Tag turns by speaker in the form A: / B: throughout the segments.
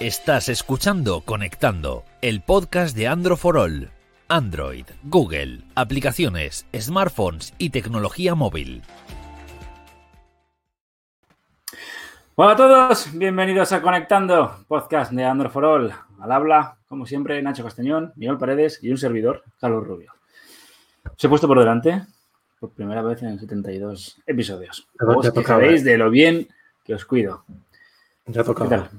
A: Estás escuchando Conectando, el podcast de Andro for All. Android, Google, aplicaciones, smartphones y tecnología móvil.
B: Hola a todos, bienvenidos a Conectando, podcast de Andro for All. Al habla, como siempre, Nacho Castañón, Miguel Paredes y un servidor, Carlos Rubio. Os he puesto por delante por primera vez en 72 episodios.
C: Perdón,
B: Os
C: ya tocaba. eh.
B: quejaréis de lo bien que os cuido.
C: Ya
B: ¿Qué
C: toca.
B: tal?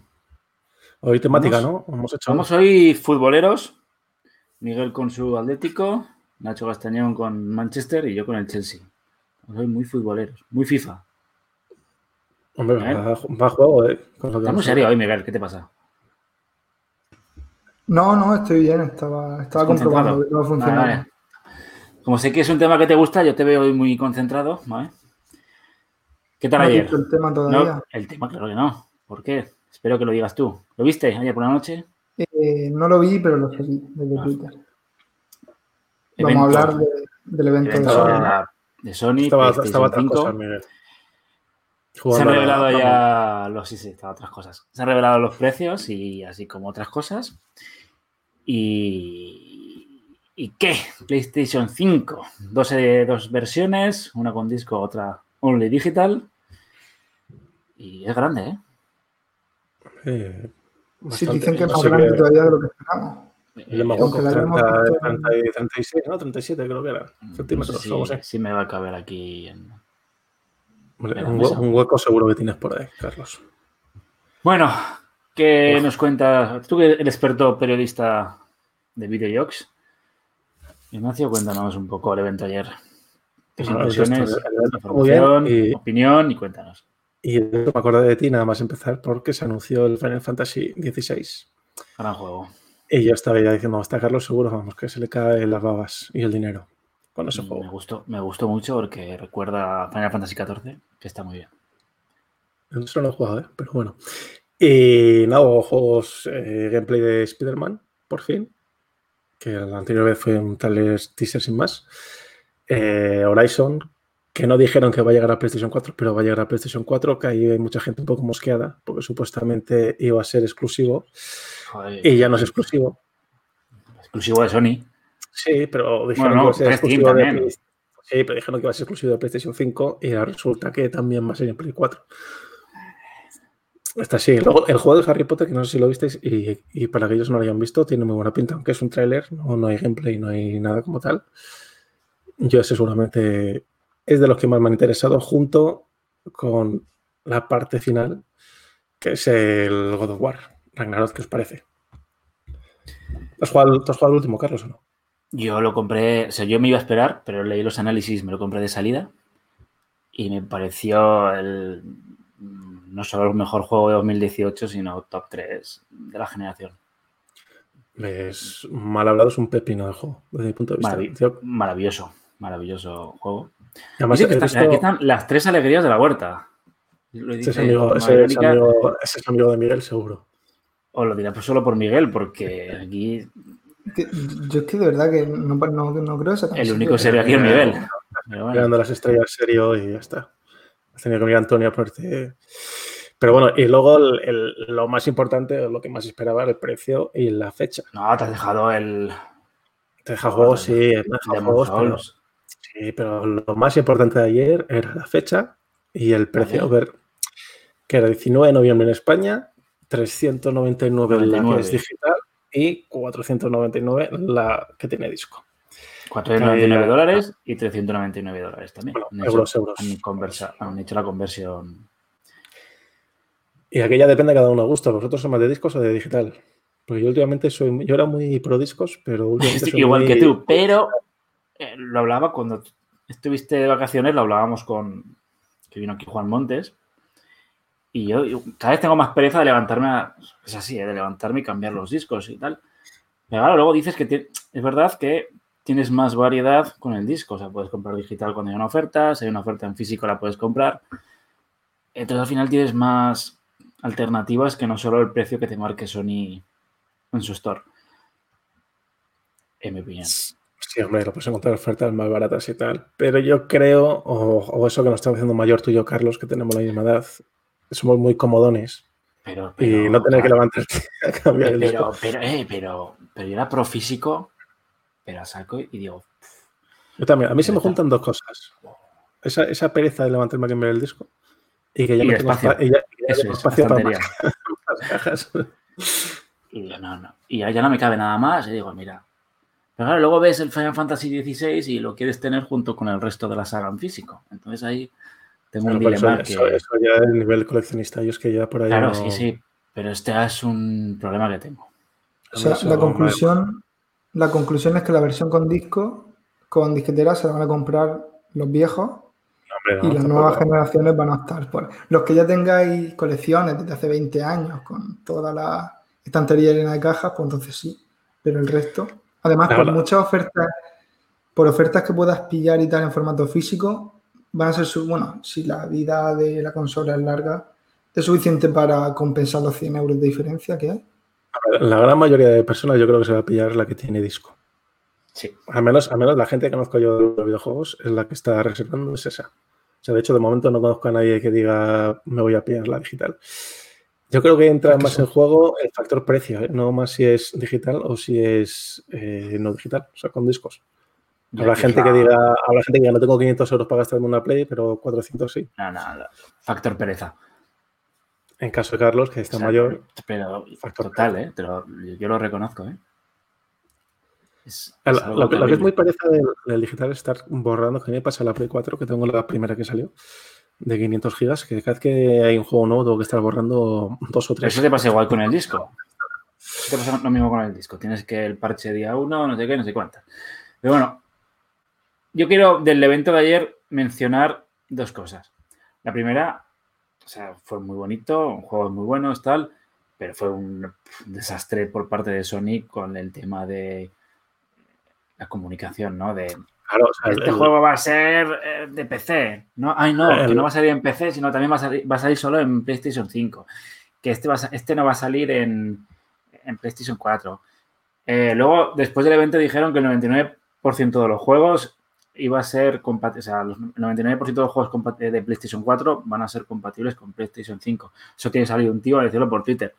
C: Hoy temática,
B: Vamos-
C: ¿no? Hemos hecho.
B: Somos hoy futboleros. Miguel con su Atlético, Nacho Castañón con Manchester y yo con el Chelsea. Soy muy futboleros, muy FIFA.
C: Hombre,
B: ¿eh?
C: va, va a juego, ¿eh? Con lo
B: Estamos
C: que vamos a-
B: serios hoy, Miguel, ¿qué te pasa?
D: No, no, estoy bien, estaba, estaba comprobando que todo
B: Ah, Vale,
D: funcionaba.
B: vale. Como sé que es un tema que te gusta, yo te veo hoy muy concentrado. ¿vale? ¿Qué tal
D: No he
B: ayer?
D: visto el tema todavía.
B: No, el tema, claro que no. ¿Por qué? Espero que lo digas tú. ¿Lo viste ayer por la noche?
D: Eh, no lo vi, pero lo seguí desde
B: Ah,
D: Twitter. Vamos
B: Evento-
D: a hablar de- del evento de
B: evento
C: Sony.
B: de,
D: Sony.
B: la- de Sony.
C: Estaba,
B: PlayStation
C: estaba otras
B: 5.
C: cosas, Miguel.
B: Se han
C: a la-
B: revelado
C: a la-
B: ya los. Sí, sí, estaba otras cosas. Se han revelado los precios y así como otras cosas. Y. ¿Y qué? PlayStation 5. Dos, eh, dos versiones, una con disco, otra only digital. Y es grande, ¿eh?
C: Eh,
D: Sí,
C: bastante.
D: dicen que es
C: No
D: más
C: sé
D: grande
C: qué-
D: todavía de lo que esperamos.
C: Yo
B: Eh,
C: me acuerdo
D: Aunque
C: con
D: la habíamos
C: 30,
D: visto en-
C: 30 y 36, ¿no? 37 creo que era.
B: Mm,
C: Centímetros,
B: si,
C: algo así.
B: si me va a caber aquí. en-
C: Hombre,
B: la
C: un,
B: mesa.
C: hue- un hueco seguro que tienes por ahí, Carlos.
B: Bueno, ¿qué
C: Uf.
B: nos cuenta? Tú que el experto periodista de videojuegos. Ignacio, cuéntanos un poco el evento ayer. Tus
C: Pues nada, pues
B: impresiones,
C: esto, el evento estuvo bien
B: información,
C: y-
B: opinión y cuéntanos.
C: Y de hecho me acordé de ti nada más empezar porque se anunció el Final Fantasy XVI.
B: Gran juego.
C: Y yo estaba ya diciendo, hasta Carlos seguro, vamos, que se le caen las babas y el dinero con ese
B: Mm, Me
C: Pues juego.
B: gustó, me gustó mucho porque recuerda a Final Fantasy XIV, que está muy bien.
C: Eso no lo he jugado, ¿eh? pero bueno. Y nada, hubo juegos, eh, gameplay de Spider-Man, por fin. Que la anterior vez fue un trailer teaser sin más. Eh, Horizon, que no dijeron que va a llegar a PlayStation 4, pero va a llegar a PlayStation 4, que ahí hay mucha gente un poco mosqueada, porque supuestamente iba a ser exclusivo
B: Joder,
C: y ya no es exclusivo.
B: exclusivo de Sony.
C: Sí, pero
B: Bueno,
C: dijeron que iba a ser
B: para Steam
C: exclusivo de
B: también.
C: Play- Sí, pero dijeron que iba a ser exclusivo de PlayStation 5 y ahora resulta que también va a ser en Play 4. Está así. Luego, el juego de Harry Potter, que no sé si lo visteis, y, y para aquellos que no lo hayan visto, tiene muy buena pinta, aunque es un tráiler, no, no hay gameplay, no hay nada como tal. Yo ese seguramente es de los que más me han interesado, junto con la parte final, que es el God of War. Ragnarok, ¿qué os parece? ¿Te has jugado, al- te has jugado al último, Carlos, o no?
B: Yo lo compré, o sea, yo me iba a esperar, pero leí los análisis, me lo compré de salida y me pareció el, mm, no solo el mejor juego de 2018, sino top 3 de la generación.
C: Es mal hablado, es un pepino de juego, desde mi punto de vista.
B: Maravi-
C: Yo-
B: maravilloso, maravilloso juego.
C: además,
B: Dice que
C: he
B: está-
C: visto-
B: aquí están las tres alegrías de la huerta. Lo
C: ese es
B: dice
C: amigo,
B: como
C: ese es
B: irónica,
C: amigo- ese es amigo de Miguel, seguro.
B: O lo dirá pues, solo por Miguel, porque aquí
D: Que- Yo es que de verdad que no, no, no creo que sea tan
B: el
D: serio.
B: único serio aquí es Miguel. Pero bueno.
C: Mirando las estrellas serio y ya está. Has tenido que mirar a Antonio a ponerte- Pero bueno, y luego el- el- lo más importante, lo que más esperaba era el precio y la fecha.
B: No, te has dejado el
C: Te deja juegos, sí,
B: Demon
C: te deja
B: Demon
C: juegos, pero,
B: Souls.
C: sí, pero lo más importante de ayer era la fecha y el precio. Ver que era 19 de noviembre en España, 399 la que
B: 99.
C: es digital y 499 la que tiene disco.
B: 499
C: Eh,
B: dólares y 399 dólares también.
C: Bueno,
B: Han hecho-
C: euros, euros.
B: Han, conversa- han hecho la conversión.
C: Y aquella depende de cada uno a gusto. ¿Vosotros son más de discos o de digital? Porque yo últimamente soy. Yo era muy pro discos, pero últimamente.
B: Estoy
C: soy
B: Igual
C: muy-
B: que tú, pero eh, lo hablaba cuando estuviste de vacaciones, lo hablábamos con que vino aquí Juan Montes. Y yo, yo cada vez tengo más pereza de levantarme, a- es así, eh, de levantarme y cambiar los discos y tal. Pero claro, luego dices que ti- es verdad que tienes más variedad con el disco. O sea, puedes comprar digital cuando hay una oferta, si hay una oferta en físico la puedes comprar. Entonces al final tienes más alternativas que no solo el precio que te marque Sony en su store. En mi opinión.
C: Sí, hombre, lo puedes encontrar ofertas más baratas y tal. Pero yo creo, o, o eso que nos estamos haciendo mayor tú y yo, Carlos, que tenemos la misma edad, somos muy comodones.
B: Pero,
C: y no tener que levantarte a cambiar el disco.
B: pero, pero, eh, pero, pero yo era profísico, pero a saco y digo,
C: Yo también. A mí se me
B: Pereza.
C: juntan dos cosas. Esa, esa pereza de levantarme a cambiar el disco. Y que ya
B: Y
C: no
B: el
C: tengo
B: espacio.
C: espa- y ya- y ya
B: eso
C: tengo
B: es,
C: espacio para
B: estantería.
C: más cajas.
B: Y digo, no, no. Y ya ya no me cabe nada más. Y digo, mira. Pero claro, luego ves el Final Fantasy XVI y lo quieres tener junto con el resto de la saga en físico. Entonces ahí tengo un
C: Bueno, pues
B: dilema
C: eso,
B: que.
C: eso- eso ya es nivel coleccionista. Yo es que ya por ahí.
B: claro,
C: no-
B: sí, sí. Pero este es un problema que tengo.
D: O sea,
C: eso
D: la
C: no-
D: conclusión, la conclusión es que la versión con disco, con disquetera, se la van a comprar los viejos
C: hombre, no,
D: y las
C: tampoco.
D: nuevas generaciones van a estar por. Los que ya tengáis colecciones desde hace 20 años con toda la estantería llena de cajas, pues entonces sí. Pero el resto. Además,
C: Claro,
D: por
C: la-
D: muchas ofertas, por ofertas que puedas pillar y tal en formato físico, van a ser su. Bueno, si la vida de la consola es larga, es suficiente para compensar los 100 euros de diferencia que hay.
C: La gran mayoría de personas yo creo que se va a pillar la que tiene disco.
B: Sí.
C: Al menos, al menos la gente que conozco yo de los videojuegos es la que está reservando, es esa. O sea, de hecho, de momento no conozco a nadie que diga me voy a pillar la digital. Yo creo que entra
D: Es que
C: más
D: sí.
C: en juego el factor precio, ¿eh? no más si es digital o si es eh, no digital, o sea, con discos.
D: pues
C: Habrá gente,
B: "Ah,
C: que diga, habrá gente que diga, no tengo 500 euros para gastarme en una Play, pero 400 sí.
B: No, no, no. factor pereza.
C: En caso de Carlos, que está
B: O sea,
C: mayor,
B: Pero
C: Factor
B: total, ¿eh? Te lo- yo lo reconozco, ¿eh? Es-
C: Ah,
B: es
C: Lo,
B: algo
C: lo que- lo que es
B: terrible.
C: muy pereza del, del digital es estar borrando, que a mí me pasa la Play 4, que tengo la primera que salió, de 500 gigas, que cada vez que hay un juego nuevo tengo que estar borrando dos o
B: Pero
C: tres.
B: eso te pasa igual con el disco. Eso te pasa lo mismo con el disco. Tienes que el parche día uno, no sé qué, no sé cuántas. Pero bueno, yo quiero del evento de ayer mencionar dos cosas. La primera, o sea, fue muy bonito, un juego muy bueno, tal, pero fue un desastre por parte de Sony con el tema de la comunicación, ¿no? De
C: Claro, o sea, el-
B: este
C: el-
B: juego va a ser eh, de PC. No, ay, no, que
C: El-
B: no va a salir en PC, sino también va a salir, va a salir solo en PlayStation 5. Que este, va a sa- este no va a salir en, en PlayStation 4. Eh, luego, después del evento, dijeron que el 99% de los juegos iba a ser compatible. O sea, los 99% de los juegos compa- eh, de PlayStation 4 van a ser compatibles con PlayStation 5. Eso tiene salido un tío a decirlo por Twitter.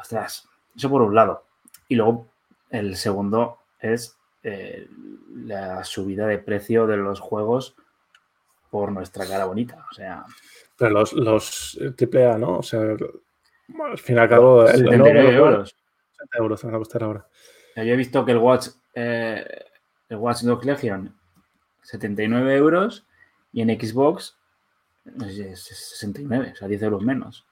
B: Ostras, eso por un lado. Y luego el segundo es eh, la subida de precio de los juegos por nuestra cara bonita. O sea,
C: pero los, los eh, triple A, ¿no? O sea, al fin y al cabo, el, el nuevo
B: 79
C: videojuego,
B: euros.
C: 80 euros te van a costar ahora.
B: Yo he visto que el Watch, eh, el Watch Dogs Legion, 79 euros y en Xbox no sé, 69, o sea, 10 euros menos.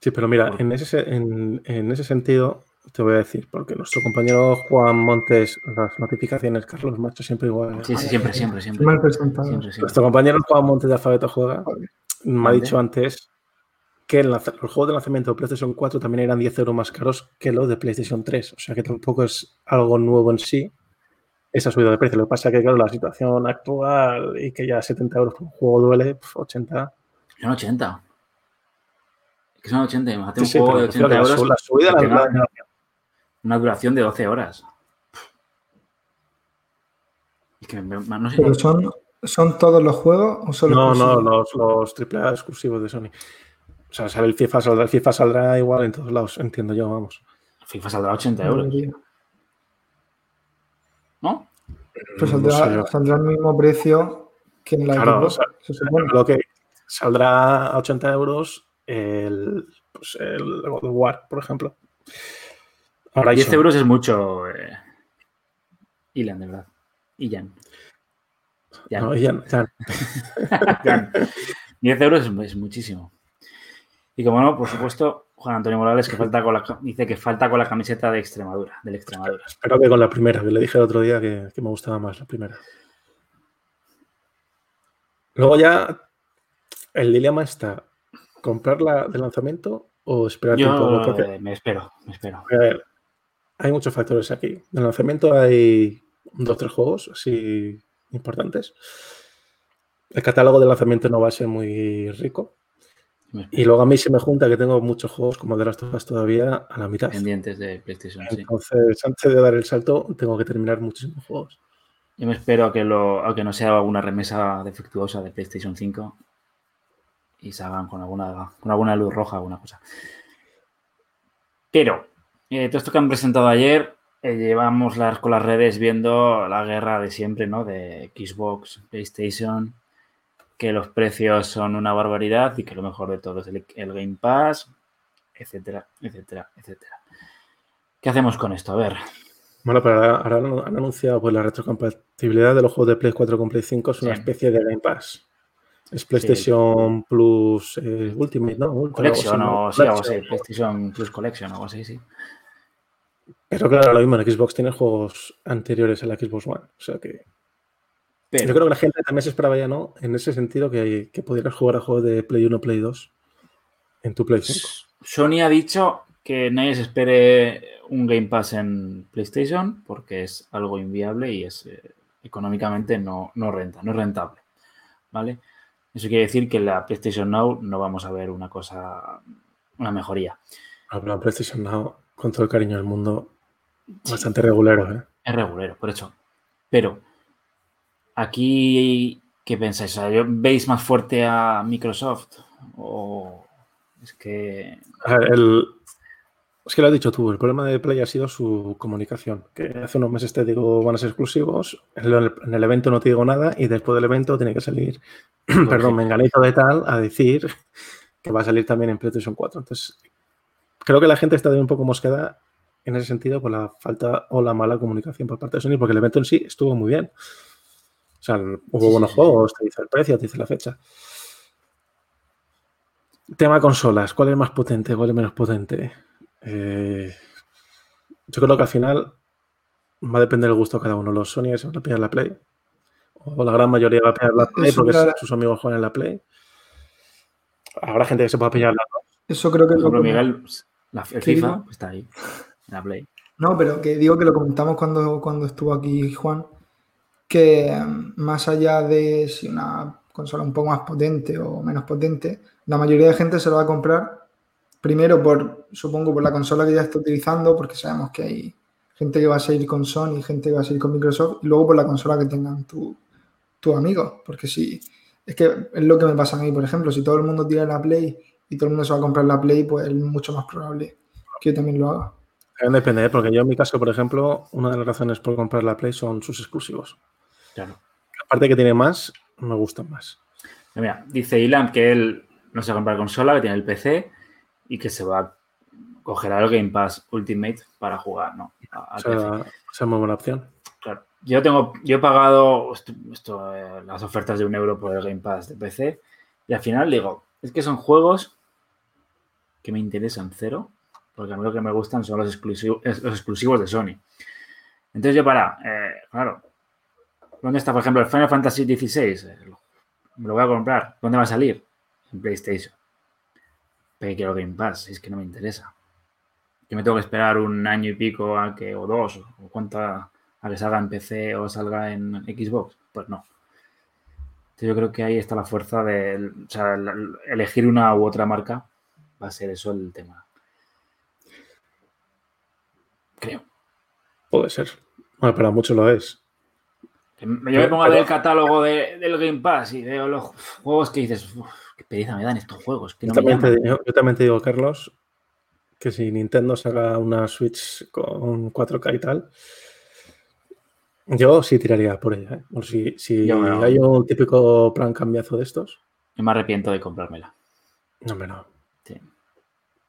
C: Sí, pero mira, en ese, se- en, en ese sentido te voy a decir, porque nuestro compañero Juan Montes, las notificaciones, Carlos Macho, siempre igual. ¿eh?
B: Sí, sí, siempre, siempre, siempre.
D: Mal presentado.
B: Siempre, siempre.
C: Nuestro compañero Juan Montes de Alfabeto Juega
D: Joder.
C: me ha
B: Mande.
C: dicho antes que el, lanza- los juegos de lanzamiento de PlayStation 4 también eran 10 euros más caros que los de PlayStation 3. O sea que tampoco es algo nuevo en sí esa subida de precio. Lo que pasa es que, claro, la situación actual y que ya 70 euros por un juego duele, pf, 80.
B: Son 80. Es que son 80. Imagínate
C: Sí, sí,
B: un
C: pero
B: juego de
C: prefiero
B: 80
C: que la
B: euros.
C: su- la subida
B: que
C: la-
B: tenga
C: la-
B: una duración de 12 horas. Es que me- me- no sé.
D: Pero son, son todos los juegos o solo
C: No, no,
D: exclusivos?
C: los, los AAA exclusivos de Sony. O sea, sale el FIFA, saldrá, el FIFA saldrá igual en todos lados, entiendo yo, vamos.
B: FIFA saldrá 80 euros, ¿no?
D: Pues
C: No sé,
D: saldrá,
C: yo-
D: saldrá el mismo precio que en la
C: Claro,
D: Xbox,
C: o sea,
D: se supone.
C: lo que saldrá a 80 euros el, pues el God of War, por ejemplo. Ahora
B: 10 euros este es mucho. Eh... Ilan, de verdad. Ilan. Jan. Jan. 10 euros este es, es muchísimo. Y como no, por supuesto, Juan Antonio Morales que falta con la, ca- dice que falta con la camiseta de Extremadura, del Extremadura.
C: espero que con la primera, que le dije el otro día que, que me gustaba más la primera. Luego ya el dilema está, ¿comprarla de lanzamiento o esperar
B: Yo
C: tiempo? Porque-
B: eh, me espero, me espero.
C: A ver, hay muchos factores aquí. En lanzamiento hay dos tres juegos así importantes. El catálogo de lanzamiento no va a ser muy rico.
B: Me espero.
C: Y luego a mí se me junta que tengo muchos juegos como de las of Us todavía a la mitad.
B: Pendientes de PlayStation, sí.
C: Entonces, antes de dar el salto, tengo que terminar muchísimos juegos.
B: Yo me espero a que, lo, a que no sea alguna remesa defectuosa de PlayStation 5 y salgan con alguna, con alguna luz roja, alguna cosa. Pero, eh, todo esto que han presentado ayer, eh, llevamos las, con las redes viendo la guerra de siempre, ¿no? De Xbox, PlayStation, que los precios son una barbaridad y que lo mejor de todo es el, el Game Pass, etcétera, etcétera, etcétera. ¿Qué hacemos con esto? A ver.
C: Bueno, pero ahora, ahora han anunciado pues, la retrocompatibilidad de los juegos de Play 4 con Play 5, es una sí. especie de Game Pass. Es PlayStation sí. Plus eh, Ultimate, ¿no? Ultra,
B: Collection o, o sí, algo así. PlayStation Plus Collection o algo así, sí.
C: Pero claro, lo mismo, en Xbox tiene juegos anteriores a la Xbox One. O sea que. Pero, Yo creo que la gente también se esperaba ya, ¿no? En ese sentido, que, que pudieras jugar a juegos de Play 1, Play 2 en tu Play 5.
B: Sony ha dicho que nadie se espere un Game Pass en PlayStation porque es algo inviable y es eh, económicamente no, no renta, no es rentable. ¿Vale? Eso quiere decir que en la PlayStation Now no vamos a ver una cosa, una mejoría.
C: Habla PlayStation Now, con todo el cariño del mundo, sí. bastante regulero, ¿eh?
B: Es regulero, por eso. Pero, aquí, ¿qué pensáis? O sea, ¿Veis más fuerte a Microsoft? O es que.
C: A ver, el... Es que lo has dicho tú, el problema de Play ha sido su comunicación. Que hace unos meses te digo van a ser exclusivos, en el, en el evento no te digo nada y después del evento tiene que salir, pues perdón, sí. Menganito de tal a decir que va a salir también en PlayStation 4. Entonces, creo que la gente está de un poco mosqueda en ese sentido por la falta o la mala comunicación por parte de Sony, porque el evento en sí estuvo muy bien. O sea, hubo sí, buenos sí. juegos, te dice el precio, te dice la fecha. Tema consolas, ¿cuál es más potente, cuál es menos potente? Eh, yo creo que al final va a depender del gusto de cada uno. Los Sony se van a pillar la Play. O la gran mayoría va a pillar la Play Eso porque claro. sus amigos juegan en la Play. Habrá gente que se pueda pillar la
D: Eso creo que
B: Por ejemplo, Miguel, la FIFA está ahí, en la Play.
D: No, pero que digo que lo comentamos cuando, cuando estuvo aquí Juan, que mm, más allá de si una consola un poco más potente o menos potente, la mayoría de gente se lo va a comprar primero por, supongo, por la consola que ya está utilizando, porque sabemos que hay gente que va a seguir con Sony, gente que va a seguir con Microsoft, y luego por la consola que tengan tus tu amigos, porque si, es que es lo que me pasa a mí, por ejemplo, si todo el mundo tira la Play y todo el mundo se va a comprar la Play, pues es mucho más probable que yo también lo haga.
C: Depende, ¿eh? porque yo en mi caso, por ejemplo, una de las razones por comprar la Play son sus exclusivos.
B: Claro.
C: Aparte que tiene más, me gustan más.
B: Mira, dice Ilan que él no se va a comprar consola, que tiene el PC, y que se va a coger al Game Pass Ultimate para jugar, ¿no?
C: A, a o sea, esa es muy buena opción.
B: Claro. Yo tengo, yo he pagado esto, esto, eh, las ofertas de un euro por el Game Pass de PC y al final digo, es que son juegos que me interesan cero, porque a mí lo que me gustan son los, exclusivo, los exclusivos de Sony. Entonces yo para, eh, claro, ¿dónde está, por ejemplo, el Final Fantasy XVI? Me lo voy a comprar. ¿Dónde va a salir? En PlayStation pero quiero Game Pass, es que no me interesa. Yo me tengo que esperar un año y pico a que, o dos, o cuánto a, a que salga en PC o salga en Xbox. Pues no. Entonces yo creo que ahí está la fuerza de o sea, el, el elegir una u otra marca. Va a ser eso el tema. Creo.
C: Puede ser. Bueno, para mucho lo es.
B: Yo me pongo a ver el catálogo de, del Game Pass y veo los juegos que dices, uf, qué pereza me dan estos juegos. Que no
C: yo, también
B: me
C: te, yo, yo, también te digo, Carlos, que si Nintendo saca una Switch con 4K y tal, yo sí tiraría por ella. ¿eh? O si, si yo, hay un típico plan cambiazo de estos.
B: Yo me arrepiento de comprármela.
C: No, hombre, no. Sí.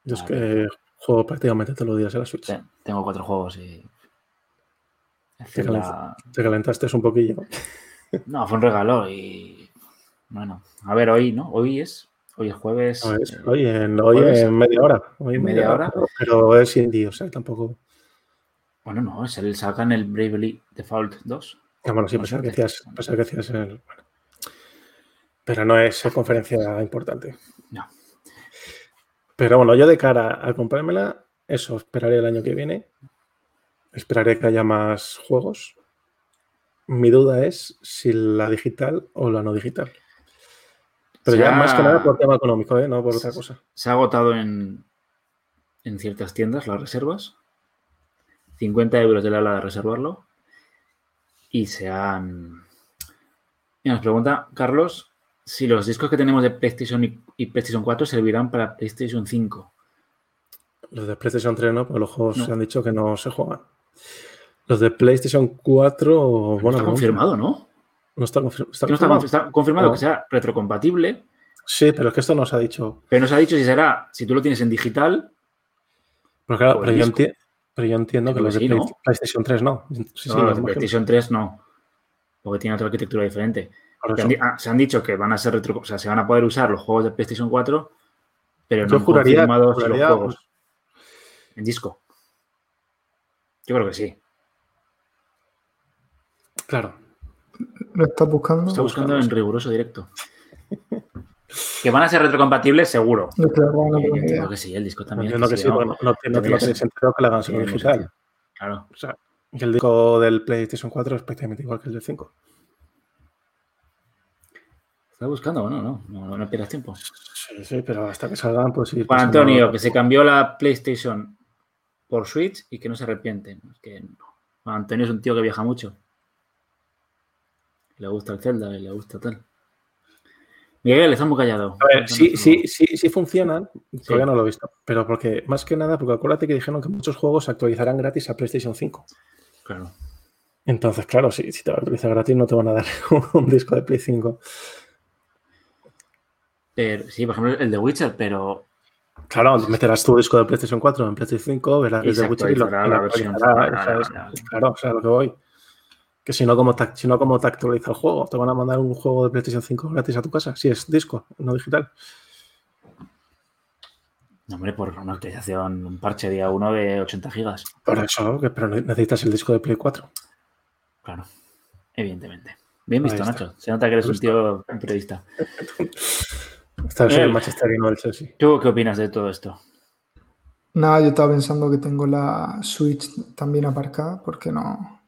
C: Yo es que juego prácticamente todos los días en la Switch. Sí,
B: tengo cuatro juegos y
C: te, la... te, calentaste un poquillo.
B: No, fue un regalo y. Bueno, a ver, hoy, ¿no? Hoy es. Hoy es jueves. eh,
C: No es, hoy en, hoy jueves, en media hora. Hoy en media, media hora. hora. Pero es indie, o sea, tampoco.
B: Bueno, no, es el sacan el Bravely Default 2.
C: Ah, bueno, sí, no pensaba que, hacías, pensaba que hacías el. Bueno. Pero no es conferencia importante.
B: No.
C: Pero bueno, yo de cara a comprármela, eso esperaré el año que viene esperaré que haya más juegos. Mi duda es si la digital o la no digital. Pero se ya ha, más que nada por tema económico, ¿eh? no por otra cosa.
B: Se ha agotado en, en ciertas tiendas las reservas. 50 euros de la hora de reservarlo. Y se han. Y nos pregunta Carlos si los discos que tenemos de PlayStation y, y PlayStation 4 servirán para PlayStation 5.
C: Los de PlayStation 3 no, porque los juegos se han dicho que no se juegan. Los de PlayStation 4,
B: Pero
C: bueno,
B: está
C: no,
B: confirmado, ¿no?
C: no está, confirm- está
B: Que no está,
C: confirmado. Ah.
B: confi- está confirmado
C: No.
B: que sea retrocompatible,
C: Sí, pero es que esto no se ha dicho.
B: pero no se ha dicho si será, si tú lo tienes en digital,
C: Pero, claro,
B: Por
C: pero, yo,
B: disco.
C: enti- pero yo entiendo que
B: Creo
C: los de
B: que sí,
C: Play-
B: ¿no?
C: PlayStation 3 no. Sí, sí,
B: no,
C: los
B: los de
C: imagino.
B: PlayStation 3 no, porque tiene otra arquitectura diferente.
C: Por
B: Se
C: eso.
B: han, di- ah, se han dicho que van a ser retro, o sea, se van a poder usar los juegos de PlayStation 4, pero no
C: Yo
B: han
C: juraría,
B: confirmado si
C: juraría,
B: los juegos en disco. Yo creo que sí.
C: pues, claro.
D: ¿Lo estás buscando?
B: Lo está buscando en riguroso directo. que van a ser retrocompatibles, seguro.
D: No, claro, bueno,
B: Eh, yo
D: no tengo
B: entiendo
D: idea.
B: que sí, el disco también.
C: Entiendo que
B: si
C: sí,
B: no,
C: porque no, no tiene- no
B: tendría
C: tiene
B: sen-
C: sentido que la hagan solo
B: tiene ningún
C: digital.
B: sentido. Claro.
C: O sea, que el disco del PlayStation 4 es prácticamente igual que el del 5.
B: Está buscando, bueno, no, no, no, no pierdas tiempo.
C: Sí, sí, pero hasta que salgan, pues ir
B: Juan
C: pasando-
B: Antonio, que se cambió la PlayStation por Switch y que no se arrepiente. Es que no. Juan Antonio es un tío que viaja mucho. Le gusta el Zelda y le gusta tal. Miguel, está muy callado.
C: A ver, sí,
B: No,
C: sí, sí, sí funcionan, todavía
B: Sí.
C: no lo he visto, pero porque, más que nada, porque acuérdate que dijeron que muchos juegos se actualizarán gratis a PlayStation 5.
B: Claro.
C: Entonces, claro, si, si te va a actualizar gratis no te van a dar un disco de Play 5.
B: Pero, sí, por ejemplo, el de Witcher, pero
C: Claro, meterás tu disco de PlayStation 4 en PlayStation 5, verás
B: Y
C: el de
B: se
C: Witcher y lo
B: actualizará
C: lo
B: la versión.
C: actualizará, ¿sabes?
B: Vale, vale, vale.
C: Claro, o sea, lo que voy. Que si no, ¿cómo te, si no, ¿cómo te actualiza el juego? Te van a mandar un juego de PlayStation 5 gratis a tu casa, si es disco, no digital.
B: no, hombre, por una actualización, un parche día 1 de 80 gigas.
C: Por eso, que, pero necesitas el disco de Play 4.
B: Claro, evidentemente. Bien
C: Ahí
B: visto,
C: está.
B: Nacho. Se nota que eres un tío un periodista.
C: Esta es el
B: Bien.
C: Manchester y no el Chelsea.
B: ¿Tú qué opinas de todo esto?
D: Nada, yo estaba pensando que tengo la Switch también aparcada porque no,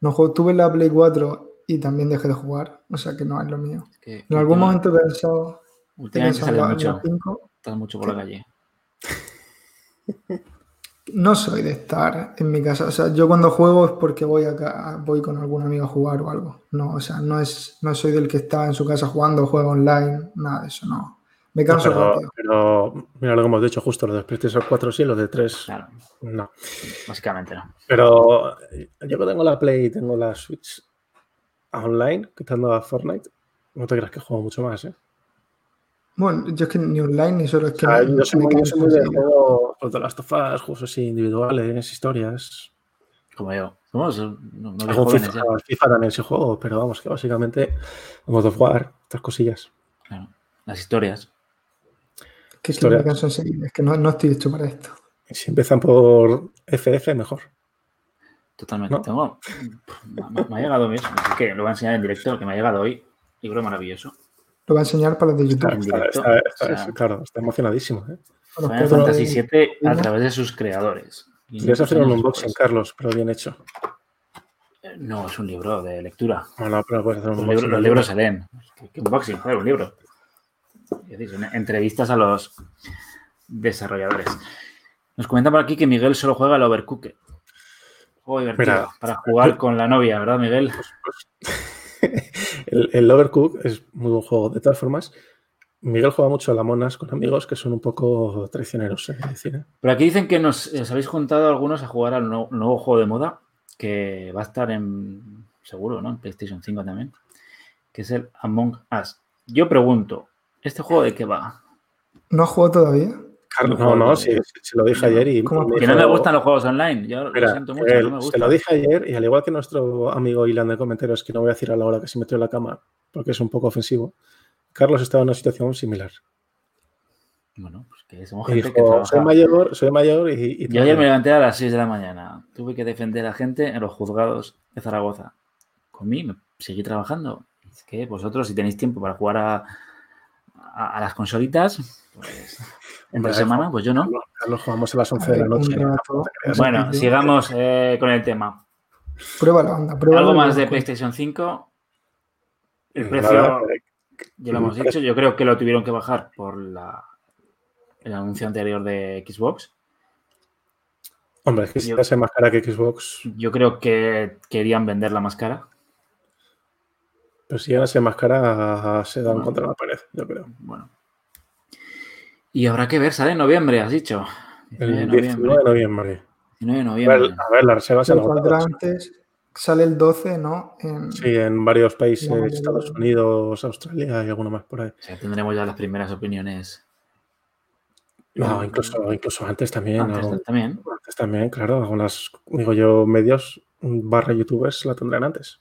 D: no juego. Tuve la Play 4 y también dejé de jugar, o sea que no es lo mío.
B: Es que
D: En algún
B: última-
D: momento he pensado, he
B: Últimamente
D: pensado en
B: sales
D: la- en la
B: mucho,
D: 5.
B: estás mucho por la calle.
D: No soy de estar en mi casa, o sea, yo cuando juego es porque voy acá, voy con algún amigo a jugar o algo. No, o sea, no es, no soy del que está en su casa jugando, juega online, nada de eso, no. Me canso
C: Pero,
D: rápido.
C: pero, mira lo que hemos dicho justo, los de PlayStation 4 sí, los de 3
B: Claro,
C: no.
B: básicamente no.
C: Pero eh, yo que tengo la Play y tengo la Switch online, quitando a Fortnite, no te creas que juego mucho más, ¿eh?
D: Bueno, yo es que ni online ni solo es
C: O
D: que
C: sea,
D: me-
C: Ah, yo soy
D: me
C: muy, yo
D: canso
C: soy muy de
D: enseguida.
C: juegos pues, de Last of Us, juegos así individuales, historias.
B: Como yo. Somos no, no de
C: Algún
B: jóvenes
C: FIFA,
B: ya.
C: FIFA también se juego, pero vamos, que básicamente vamos a jugar estas cosillas.
B: Claro. Las historias.
D: Que es que
C: Historia.
D: me canso enseguida, es que no, no estoy hecho para esto.
C: Si empiezan por FF, mejor.
B: Totalmente.
C: No.
B: Tengo. Me, me- me ha llegado mismo. Así que lo voy a enseñar en directo, que me ha llegado hoy. Libro maravilloso.
D: Lo voy a enseñar para los de YouTube.
C: Claro,
B: en
C: está,
B: directo,
C: está- está-
B: o sea.
C: es- claro, está emocionadísimo. ¿eh?
D: para los
B: Final
D: cuatro
B: Fantasy
D: de-
B: VII a
D: uno.
B: través de sus creadores.
C: Querías hacer
B: 500
C: un
B: años
C: unboxing,
B: después.
C: Carlos, pero bien hecho.
B: Eh, No, es un libro de lectura.
C: Bueno, pero puedes hacer un
B: Los,
C: unboxing.
B: libros- los libros se leen. ¿Qué- qué unboxing, joder, un libro. Es decir, en- entrevistas a los desarrolladores. Nos comentan por aquí que Miguel solo juega al Overcooked. Juego divertido
C: Mira.
B: para jugar con la novia, ¿verdad, Miguel?
C: El, el Overcook es muy buen juego. De todas formas, Miguel juega mucho a la monas con amigos que son un poco traicioneros. hay que decir, ¿eh?
B: Pero aquí dicen que nos, eh, os habéis juntado algunos a jugar al no- nuevo juego de moda que va a estar en, seguro, ¿no? En PlayStation 5 también, que es el Among Us. Yo pregunto, ¿este juego de qué va?
D: No ha jugado todavía.
C: Carlos,
B: No,
C: no,
B: no,
C: no, si lo dije
B: no.
C: ayer y.
D: ¿Cómo?
B: Que no me gustan los juegos online. Yo lo
C: Mira,
B: siento mucho,
C: Miguel,
B: no me
C: se
B: gustan.
C: lo dije ayer y al igual que nuestro amigo Ilan de comentarios, que no voy a decir a la hora que se metió en la cama porque es un poco ofensivo, Carlos estaba en una situación similar.
B: Bueno, pues que somos
C: Y
B: gente que
C: dijo,
B: trabaja.
C: soy mayor, soy mayor y... y
B: Yo ayer me levanté a las 6 de la mañana. Tuve que defender a gente en los juzgados de Zaragoza. Comí, me seguí trabajando. Es que vosotros, si tenéis tiempo para jugar a, a- a las consolitas, pues,
C: Hombre,
B: entre semana, pues yo no.
C: Carlos, Carlos, jugamos a las 11
D: A
C: de la
D: ver,
C: noche.
D: un rato.
B: Bueno, sigamos eh, con el tema.
D: Pruébalo, anda, pruébalo.
B: Algo más de PlayStation 5. El
C: Nada,
B: precio, ya lo hemos dicho, yo creo que lo tuvieron que bajar por la, el anuncio anterior de Xbox.
C: Hombre, es que si
B: Yo-
C: hace más cara que Xbox,
B: Yo creo que querían venderla más cara.
C: Pero si llegan a ser más caras, se dan bueno. contra la pared, yo creo.
B: Bueno. Y habrá que ver, sale en noviembre, has dicho.
C: El 19 de noviembre.
B: 19 de noviembre.
C: A ver, a ver la reserva se
D: antes sale el 12, ¿no?
C: En... Sí, en varios países, en Estados Unidos, Australia y alguno más por ahí.
B: O sea, tendremos ya las primeras opiniones.
C: No, incluso, incluso antes también.
B: Antes
C: ¿no?
B: también.
C: Antes también, claro. Algunas, digo yo, medios barra youtubers la tendrán antes.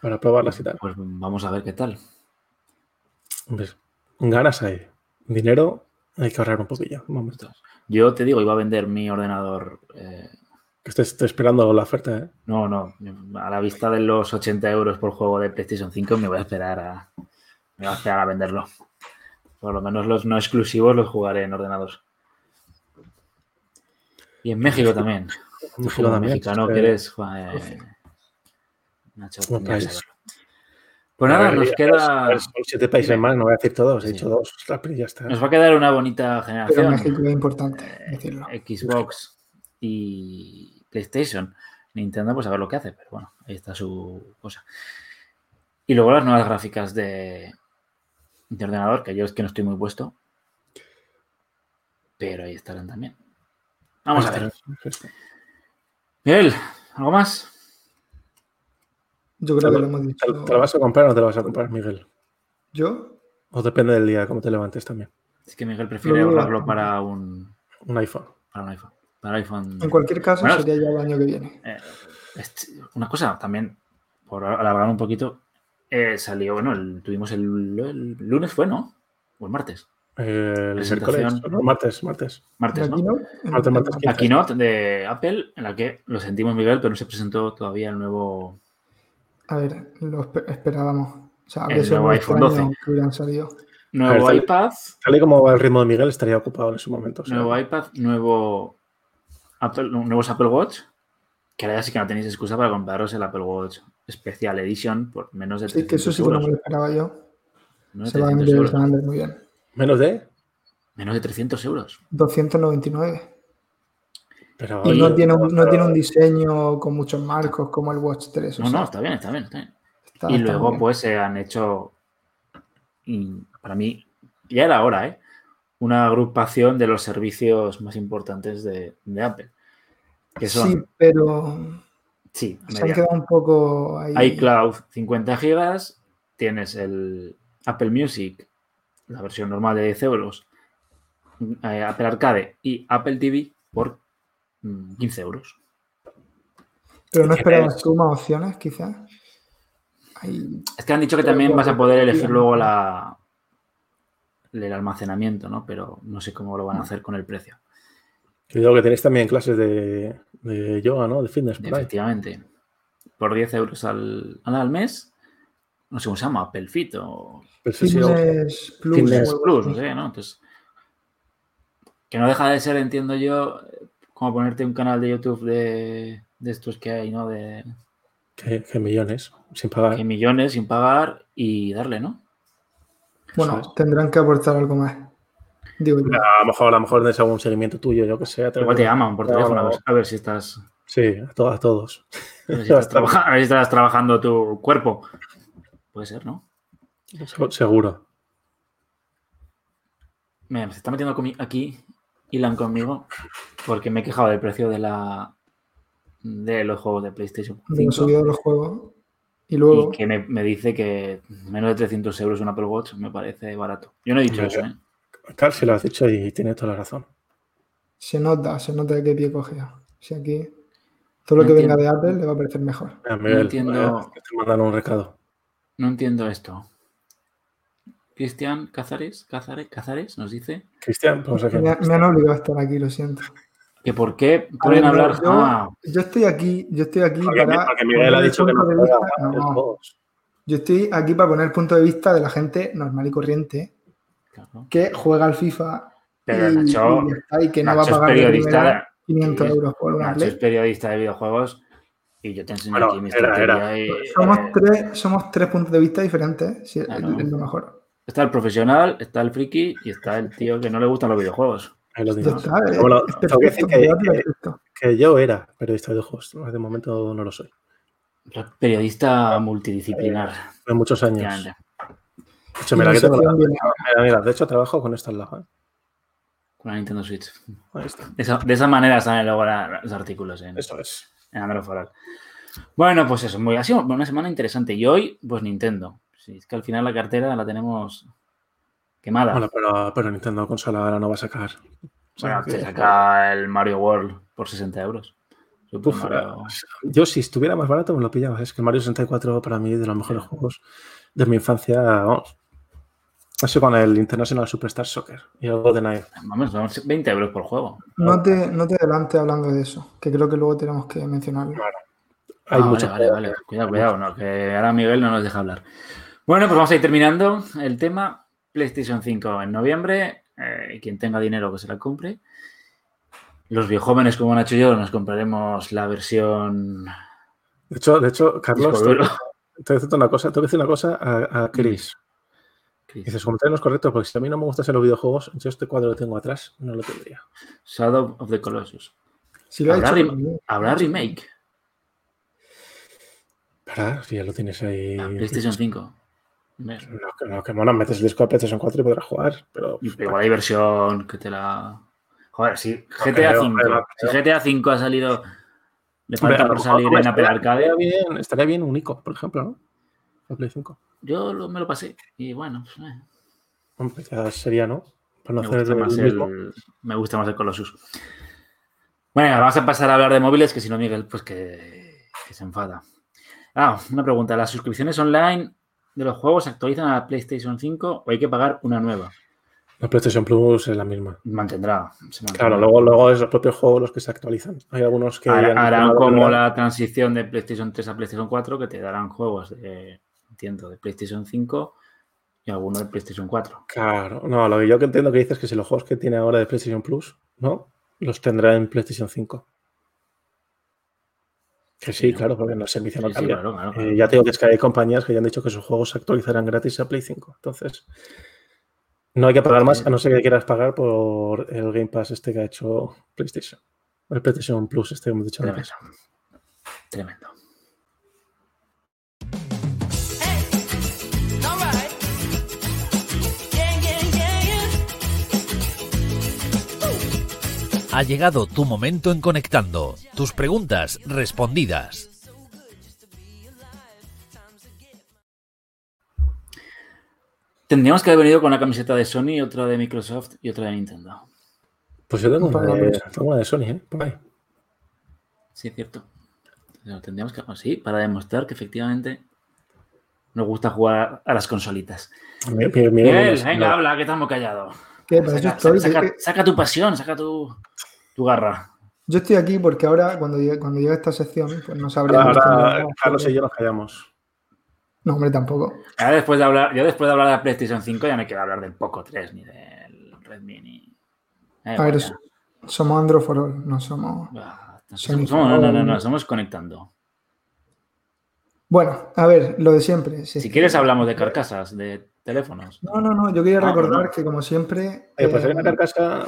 C: Para probarlas y tal.
B: Pues vamos a ver qué tal.
C: Pues, ganas hay. Dinero hay que ahorrar un poquillo. Momentos.
B: Yo te digo, iba a vender mi ordenador. Eh...
C: Que esté, esté, esperando la oferta, ¿eh?
B: No, no. A la vista de los 80 euros por juego de PlayStation 5, me voy a esperar a, me voy a, esperar a venderlo. Por lo menos los no exclusivos los jugaré en ordenador. Y en México también. México también. mexicano que eres, eh, Nacho, pues nada, ver, nos ya, queda.
C: Ver, son siete países más, no voy a decir todos, he sí. dicho dos, ya está.
B: Nos va a quedar una bonita generación. Pero
D: México es importante
B: Eh,
D: decirlo.
B: Xbox y PlayStation. Nintendo, pues a ver lo que hace, pero bueno, ahí está su cosa. Y luego las nuevas gráficas de, de ordenador, que yo es que no estoy muy puesto. Pero ahí estarán también. Vamos ahí a ver. Miguel, ¿algo más?
D: Yo creo que lo hemos dicho.
C: ¿Te, ¿Te lo vas a comprar o no te lo vas a comprar, Miguel?
D: ¿Yo?
C: O depende del día, cómo te levantes también.
B: Es que Miguel prefiere ahorrarlo no, para un...
C: un iPhone.
B: Para un iPhone. Para el iPhone.
D: En cualquier caso, bueno, sería ya el año que viene.
B: Eh, una cosa también, por alargar un poquito, eh, salió, bueno, el, tuvimos el, el, lunes, ¿fue, no? ¿O el martes?
C: Eh, el miércoles, ¿no? martes, martes.
B: Martes, ¿no?
C: Keynote, martes, martes
B: La keynote de Apple, en la que lo sentimos, Miguel, pero no se presentó todavía el nuevo
D: a ver, lo esperábamos. O sea,
B: el nuevo iPhone 12.
D: Que hubieran salido.
B: Nuevo
C: ver,
B: iPad.
C: Tal y como va el ritmo de Miguel, estaría ocupado en su momento.
B: Nuevo
C: ¿sabes?
B: iPad, nuevo Apple, nuevos Apple Watch. Que ahora ya sí que no tenéis excusa para compraros el Apple Watch Special Edition por menos de
D: Sí, que eso sí que no me lo esperaba yo. Se va, a vender, se va a vender muy bien.
C: ¿Menos de?
B: Menos de 300 euros.
D: 299. Pero y no, tiene un, no tiene un diseño con muchos marcos como el Watch 3.
B: No, sea, no, está bien, está bien. Está bien. Está, y luego, bien. pues, se han hecho, y para mí, ya era hora, ¿eh? Una agrupación de los servicios más importantes de, de Apple. Que son,
D: sí, pero.
B: Sí,
D: se han quedado un poco ahí.
B: iCloud 50 gigas, tienes el Apple Music, la versión normal de 10 euros, eh, Apple Arcade y Apple TV por 15 euros.
D: Pero no esperabas tú más opciones, quizás.
B: Ahí... Es que han dicho que Pero también vas a poder elegir luego la, el almacenamiento, ¿no? Pero no sé cómo lo van a hacer con el precio.
C: Creo que tenéis también clases de, de yoga, ¿no? De fitness.
B: Por Efectivamente. Por 10 euros al, al, mes. No sé cómo se llama, Apple Fit o...
D: Fitness Plus.
B: Fitness Plus, no sé, ¿no? Entonces, que no deja de ser, entiendo yo, como ponerte un canal de YouTube de, de estos que hay, ¿no? De...
C: Que, que, millones, sin pagar.
B: Que millones, sin pagar y darle, ¿no?
D: Bueno, ¿sabes? tendrán que aportar algo más. Digo,
C: a lo mejor, a lo mejor des algún seguimiento tuyo, yo que sé.
B: Igual te llaman por teléfono a ver, a ver si estás.
C: Sí, a, to a todos.
B: A ver, si estás a ver si estás trabajando tu cuerpo. Puede ser, ¿no?
C: Seguro.
B: Mira, se está metiendo aquí Ilan conmigo porque me he quejado del precio de la de los juegos de PlayStation 5.
D: De subido de los juegos. Y luego.
B: Y que me, me, dice que menos de 300 euros un Apple Watch me parece barato. Yo no he dicho Pero eso, ¿eh?
C: Carl se lo has dicho y tiene toda la razón.
D: Se nota, se nota de qué pie cogea. Si aquí todo lo no que entiendo. venga de Apple le va a parecer mejor.
C: Ah, Miguel, no entiendo. Eh, te mandan un recado.
B: No entiendo esto. Cristian Cázares, Cázares, Cázares nos dice.
C: Cristian, pues,
D: me, me, han obligado a estar aquí, lo siento.
B: ¿Que por qué pueden
D: ver,
B: hablar?
D: Yo, ah. yo, estoy aquí, yo estoy aquí
C: porque,
D: para.
C: Porque Miguel ha dicho que no, vista,
D: no. Yo estoy aquí para poner el punto de vista de la gente normal y corriente claro. que juega al FIFA
B: Pero y, Nacho,
D: y, y que no Nacho va a pagar
B: periodista,
D: 500 euros por una
B: Nacho Play. es periodista de videojuegos y yo te enseño bueno, aquí mi
C: era, era. Y,
D: somos, eh, tres, somos tres puntos de vista diferentes, si
B: Ah,
D: claro. es lo mejor.
B: Está el profesional, está el friki y está el tío que no le gustan los videojuegos.
C: Los bueno, que, que, que, yo era periodista de videojuegos, de momento no lo soy.
B: Periodista multidisciplinar.
C: Hace muchos años. Hecho, mira, que tengo la- mira, mira, de hecho trabajo con esta en la mano.
B: Con la Nintendo Switch.
C: ¿eh? Ahí está.
B: De esa, de esa manera salen luego la- los artículos en,
C: Eso es.
B: en Android for All. Bueno, pues eso, muy, ha sido una semana interesante. Y hoy, pues Nintendo. Si es que al final la cartera la tenemos quemada.
C: Bueno, pero, pero Nintendo consola ahora no va a sacar. O sea,
B: Bueno,
C: que-
B: te saca el Mario World por 60 euros. Super
C: Uf, eh,
B: Mario-
C: Yo, si estuviera más barato, me lo pillaba. Es que el Mario 64 para mí de los mejores juegos de mi infancia, vamos. Eso con el International Superstar Soccer y el GoldenEye.
B: Vamos, son 20 euros por juego.
D: No te, no te adelantes hablando de eso, que creo que luego tenemos que mencionarlo.
C: Hay
B: Ah,
C: muchos
B: vale, vale, vale. Cuidado, cuidado, no, que ahora Miguel no nos deja hablar. Bueno, pues vamos a ir terminando el tema. PlayStation 5 en noviembre. eh, quien tenga dinero que se la compre. Los viejóvenes como Nacho y yo nos compraremos la versión
C: De hecho, de hecho Carlos,
B: disco
C: te,
B: duro. Mm.
C: te voy a decirte una cosa, te voy a decir una cosa a, a Chris.
B: Chris.
C: Dices, comentarios correctos, porque si a mí no me gustan los videojuegos, yo este cuadro lo tengo atrás, no lo tendría.
B: Shadow of the Colossus.
D: Si lo ha
B: Habrá
D: hecho,
B: rem-
D: bien.
B: ¿Habrá remake?
C: Para, si ya lo tienes ahí.
B: a Ah, PlayStation 5.
C: No, que no, que mono, metes el disco de PlayStation 4 y podrás jugar, pero
B: Y pero Igual hay versión que te la. Joder, si GTA
C: creo,
B: V.
C: creo,
B: Si GTA V ha salido. Le
C: Hombre, a
B: falta
C: lo
B: por
C: mejor,
B: salir
C: hombre,
B: en Apple Arcade.
C: Estaría bien, estaría bien un ICO, por ejemplo, ¿no? Para Play 5.
B: Yo lo- me lo pasé. Y bueno, pues, eh,
C: Hombre, ya sería, ¿no? Para no
B: me,
C: hacer
B: gusta
C: el
B: más
C: mismo.
B: el, me gusta más el Colossus. Bueno, vamos a pasar a hablar de móviles, que si no, Miguel, pues que, que se enfada. Ah, una pregunta. ¿Las suscripciones online de los juegos se actualizan a PlayStation 5 o hay que pagar una nueva?
C: La PlayStation Plus es la misma.
B: Mantendrá. se mantendrá.
C: Claro, luego, luego es los propios juegos los que se actualizan. Hay algunos que.
B: Hará-
C: han-
B: harán
C: han-
B: como
C: han-
B: la transición de PlayStation 3 a PlayStation 4, que te darán juegos, de, entiendo, de PlayStation 5 y alguno de PlayStation 4.
C: Claro, no, lo que yo que entiendo que dices es que si los juegos que tiene ahora de PlayStation Plus, ¿no? Los tendrá en PlayStation 5. Que sí,
B: Sí, ¿no?
C: claro, porque el servicio no
B: Sí, sí,
C: cambia.
B: claro, claro,
C: Eh,
B: claro.
C: ya te digo que es que hay compañías que ya han dicho que sus juegos se actualizarán gratis a Play 5. Entonces, no hay que pagar más, a no ser que quieras pagar por el Game Pass este que ha hecho PlayStation. El PlayStation Plus este que hemos dicho
B: Tremendo.
C: antes.
B: Tremendo.
E: Alright. Yeah, yeah, yeah, yeah.
A: Ha llegado tu momento en Conectando. Tus preguntas respondidas.
B: Tendríamos que haber venido con una camiseta de Sony, otra de Microsoft y otra de Nintendo.
C: Pues yo tengo una,
D: Para
C: de,
D: mucho.
C: tengo una de Sony, ¿eh? Por ahí.
B: Sí, es cierto. Lo tendríamos que así para demostrar que efectivamente nos gusta jugar a las consolitas.
C: Mi- mi- mi-
B: Miguel,
C: mi-
B: venga, habla, que estamos callados.
D: Que
C: Eh,
D: para eso
B: Saca,
D: estoy,
B: saca-
D: que-
B: saca- saca tu pasión, saca tu, tu garra.
D: Yo estoy aquí porque ahora, cuando llegue, cuando llegue esta sección, pues no sabría.
C: Ahora Carlos y yo nos callamos.
D: No, hombre, tampoco.
B: Ya después de hablar, yo después de hablar de la PlayStation 5 ya no quiero hablar del Poco 3 ni del Redmi ni. Da
D: A
B: igual,
D: ver,
B: ya.
D: so- somos Androforol, no somos.
B: Ah,
D: Sony.
B: somos- no, no, no, no, estamos conectando.
D: Bueno, a ver, lo de siempre. sí.
B: Si quieres hablamos de carcasas, de teléfonos.
D: No, no, no, yo quería
B: No,
D: recordar
B: no.
D: que, como siempre.
C: Ah, Oye, pues
D: eh,
C: hay una carcasa.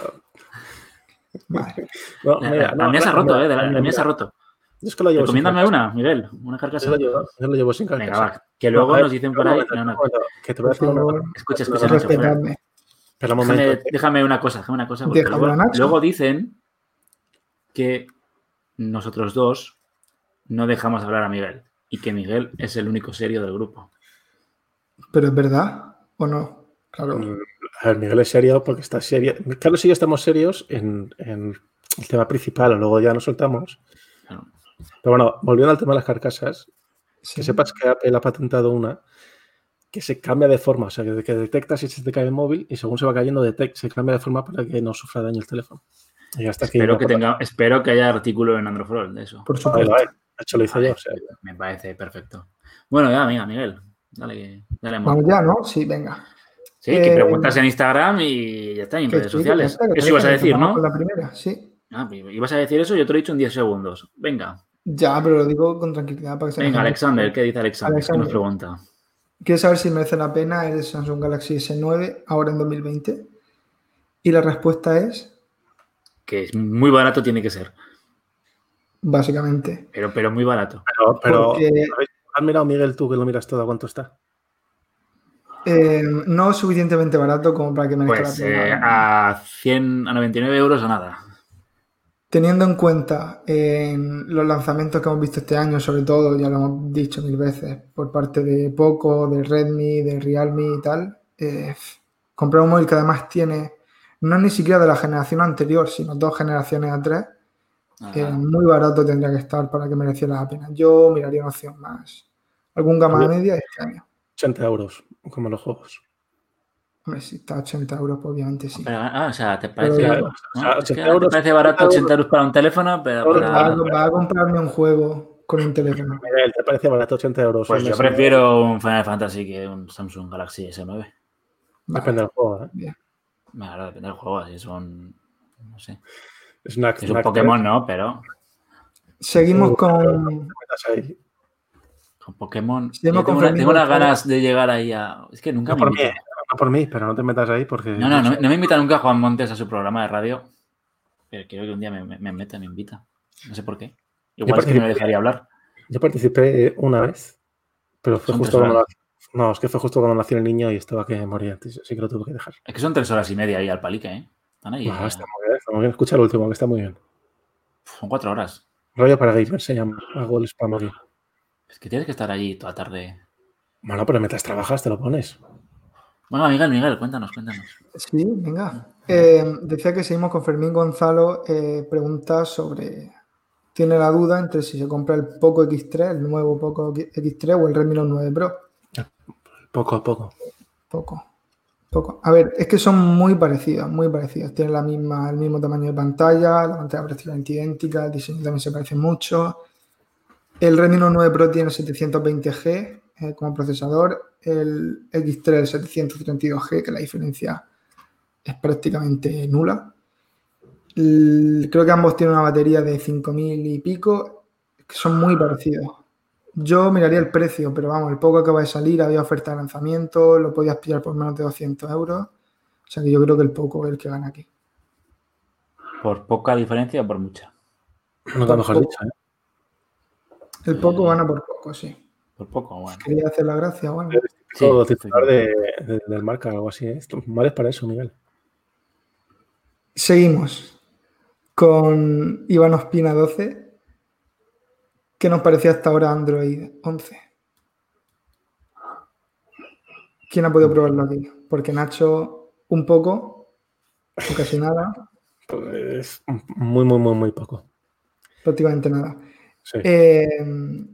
D: vale.
C: No,
B: La,
C: mira,
B: la-
C: no,
B: la mía se ha
C: no,
B: roto,
C: mira,
B: eh. de La, la
C: mira,
B: mía se ha
C: mira.
B: roto.
C: Yo es que lo llevo sin
B: Recomiéndame
C: carcasa.
B: una, Miguel, una carcasa.
C: Yo lo llevo, yo lo llevo sin carcasa.
B: Venga, va, que
C: No,
B: luego
C: a ver,
B: nos dicen
C: un
B: por ahí.
C: momento,
B: No, no,
C: un momento, que te voy a
D: Por
C: decir una
D: favor,
B: escucha, escucha, Nacho, espera.
D: respetadme.
C: Espera un momento.
B: déjame, déjame una cosa, déjame una cosa. porque
D: Déjame,
B: luego,
D: Nacho.
B: luego dicen que nosotros dos no dejamos hablar a Miguel y que Miguel es el único serio del grupo.
D: Pero es verdad o no. Claro.
C: Mm, A ver, Miguel es serio porque está serio. Carlos y yo estamos serios en, en el tema principal, luego ya nos soltamos.
B: Claro.
C: Pero bueno, volviendo al tema de las carcasas,
D: sí.
C: que sepas que Apple ha patentado una que se cambia de forma, o sea, que, que detecta si se te cae el móvil y según se va cayendo, detect- se cambia de forma para que no sufra daño el teléfono. Y hasta aquí
B: Espero
C: no
B: que,
C: pasa-
B: tenga, espero que haya artículo en Androfrol de eso.
D: Por
C: Ahí
D: supuesto.
C: lo hay. De hecho,
D: Pues
C: lo hice yo. o sea,
B: Me parece perfecto. Bueno, ya, venga, Miguel. Dale, que- dale amor.
D: Vamos ya, ¿no? Sí, venga.
B: Sí, que
D: eh,
B: preguntas en Instagram y ya está, y en
D: Que
B: redes
D: sí, que
B: sociales.
D: ya está, que
B: Eso
D: ya
B: ibas a
D: está, que
B: decir,
D: vamos
B: ¿no?
D: con La primera, sí.
B: Ah, pues ibas a decir eso, yo te lo he dicho en 10 segundos. Venga,
D: Ya, pero lo digo con tranquilidad para que se
B: venga,
D: nos-
B: Alexander, ¿qué dice Alexander? ¿Qué nos
D: Alexander.
B: pregunta?
D: Quiero saber si merece la pena el Samsung Galaxy S9 ahora en 2020. Y la respuesta es
B: Que es muy barato, tiene que ser.
D: básicamente.
B: Pero, pero muy barato.
C: Pero, pero
D: Porque-
C: ¿has mirado, Miguel, tú que lo miras todo a cuánto está?
D: Eh, no suficientemente barato como para que merezca
B: Pues
D: la pena.
B: eh, a 100, a 99 euros a nada.
D: Teniendo en cuenta eh, los lanzamientos que hemos visto este año, sobre todo, ya lo hemos dicho mil veces, por parte de Poco, de Redmi, de Realme y tal, eh, comprar un móvil que además tiene, no ni siquiera de la generación anterior, sino dos generaciones atrás,
B: Ajá.
D: eh, muy barato tendría que estar para que mereciera la pena. Yo miraría una opción más, algún gama
C: Bien.
D: media este año.
C: 80 euros, como los juegos.
D: Hombre, si está a 80 euros, pues obviamente sí.
B: Pero, ah, o sea, ¿te
D: Pero
B: parece,
C: ya,
B: ¿no?
C: o sea,
B: Es que
C: 80 euros,
B: ¿te parece barato
C: 80
B: 80 euros para un teléfono? Pero,
C: Euros,
B: para-
D: Va a, va a comprarme un juego con un teléfono.
C: Miguel, ¿te parece barato 80 euros?
B: pues
C: Hombre,
B: yo
C: sí.
B: prefiero un Final Fantasy que un Samsung Galaxy S9.
C: Depende del juego, ¿eh?
B: Bueno, claro, depende del juego, así son. No sé.
C: Es una,
B: Es un Pokémon, ¿no? Pero
D: Seguimos
C: Sí,
D: con,
B: con Pokémon.
D: Sí, hemos
B: yo tengo, una-
D: confundido
B: tengo unas
D: el juego.
B: ganas de llegar ahí a. Es que nunca
C: No
B: me
C: por mí,
B: invitan.
C: no por mí, pero no te metas ahí porque...
B: No, no, no, no me invita nunca Juan Montes a su programa de radio. Pero quiero que un día me, me, me meta, me invita. No sé por qué. Igual es que no me
C: participé.
B: dejaría hablar.
C: Yo participé eh, una vez, pero fue
B: Son
C: justo
B: tres
C: cuando... No, es que fue justo cuando nació el niño y estaba que moría antes, así que lo tuve que dejar.
B: Es que son tres horas y media ahí al palique, ¿eh? Están ahí.
C: No,
B: eh,
C: está muy bien, está muy bien. Escucha el último, que está muy bien.
B: Son cuatro horas.
C: Rollo para gamers se llama. Hago el spam aquí.
B: Es que tienes que estar allí toda tarde.
C: Bueno, pero mientras trabajas te lo pones.
B: Bueno, Miguel, Miguel, cuéntanos, cuéntanos.
D: Sí, venga. Eh, decía que seguimos con Fermín Gonzalo. eh, pregunta sobre. Tiene la duda entre si se compra el Poco X3, el nuevo Poco X3 o el Redmi Note 9 Pro.
C: Poco a poco.
D: Poco. Poco. A ver, es que son muy parecidos, muy parecidos. Tienen la misma, el mismo tamaño de pantalla, la pantalla prácticamente idéntica, el diseño también se parece mucho. El Redmi Note 9 Pro tiene 720G eh, como procesador, el X3 el 732G, que la diferencia es prácticamente nula. El- creo que ambos tienen una batería de 5000 y pico, que son muy parecidos. Yo miraría el precio, pero vamos, el poco acaba de salir, había oferta de lanzamiento, lo podías pillar por menos de 200 euros. O sea que yo creo que el poco es el que gana aquí.
B: ¿Por poca diferencia o por mucha?
C: Nunca mejor dicho. ¿eh?
D: El poco gana por poco, sí.
B: Por poco, bueno.
D: Quería hacer la gracia, bueno.
B: Sí,
C: Todo
B: sí.
C: titular de- de- del marca o algo así. ¿eh? Esto- Mal es para eso, Miguel.
D: Seguimos con Iván Ospina 12. ¿Qué nos parecía hasta ahora Android 11? ¿Quién ha podido probarlo aquí? Porque Nacho, un poco, o casi nada,
C: Pues muy, muy, muy, muy poco.
D: prácticamente nada.
C: Sí.
D: Eh,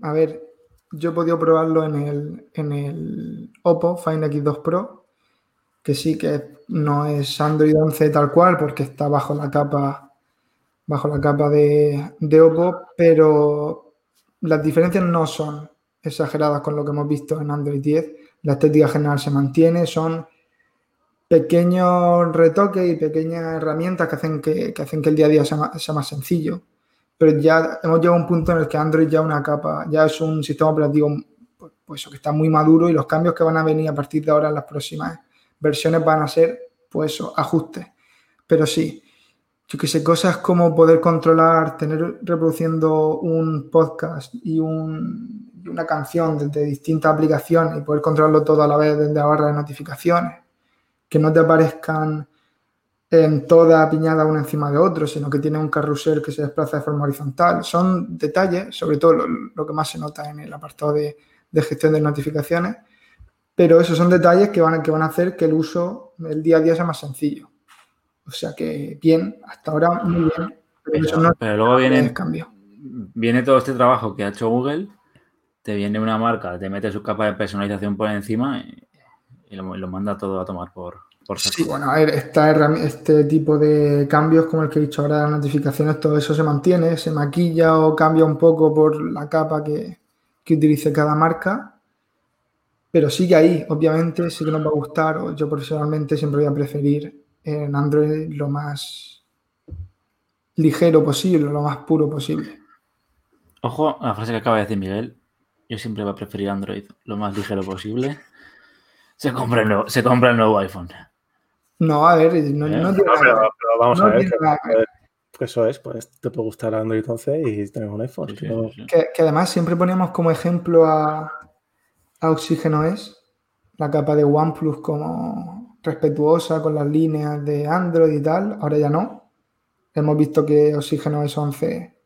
D: a ver, yo he podido probarlo en el, en el Oppo Find X2 Pro, que sí que no es Android 11 tal cual, porque está bajo la capa, bajo la capa de, de Oppo, pero las diferencias no son exageradas con lo que hemos visto en Android 10. La estética general se mantiene, son pequeños retoques y pequeñas herramientas que hacen que, que hacen que el día a día sea más- sea más sencillo pero ya hemos llegado a un punto en el que Android ya es una capa, ya es un sistema operativo pues, pues, que está muy maduro y los cambios que van a venir a partir de ahora en las próximas versiones van a ser pues eso, ajustes. Pero sí, yo que sé, cosas como poder controlar, tener reproduciendo un podcast y un- y una canción desde distintas aplicaciones y poder controlarlo todo a la vez desde la barra de notificaciones, que no te aparezcan en toda piñada una encima de otro, sino que tiene un carrusel que se desplaza de forma horizontal. Son detalles, sobre todo lo, lo que más se nota en el apartado de, de gestión de notificaciones, pero esos son detalles que van, a- que van a hacer que el uso el día a día sea más sencillo. O sea que bien, hasta ahora muy bien, pero eso no
B: Pero, pero luego
D: es
B: viene,
D: cambio.
B: viene todo este trabajo que ha hecho Google, te viene una marca, te mete su capa de personalización por encima y, y lo, lo manda todo a tomar por, por saco.
D: Sí, bueno, a ver, esta herrami- este tipo de cambios, como el que he dicho ahora, las notificaciones, todo eso se mantiene, se maquilla o cambia un poco por la capa que, que utilice cada marca, pero sigue ahí, obviamente, sí que nos va a gustar, o yo personalmente siempre voy a preferir en Android lo más ligero posible, lo más puro posible.
B: Ojo a la frase que acaba de decir Miguel. Yo siempre voy a preferir Android lo más ligero posible. Se compra el nuevo, se compra el nuevo iPhone.
D: No, a ver, no,
B: Eh,
D: no tiene
C: No, pero,
D: nada-
C: pero vamos
D: no
C: a ver.
D: tiene
C: que-
D: nada que ver.
C: que eso es, pues te puede gustar Android 11 y tener un iPhone.
B: Sí,
C: que
B: sí,
C: no-
B: sí, sí.
D: Que, que además siempre poníamos como ejemplo a, a Oxígeno es la capa de OnePlus como respetuosa con las líneas de Android y tal. Ahora ya no. Hemos visto que Oxígeno es 11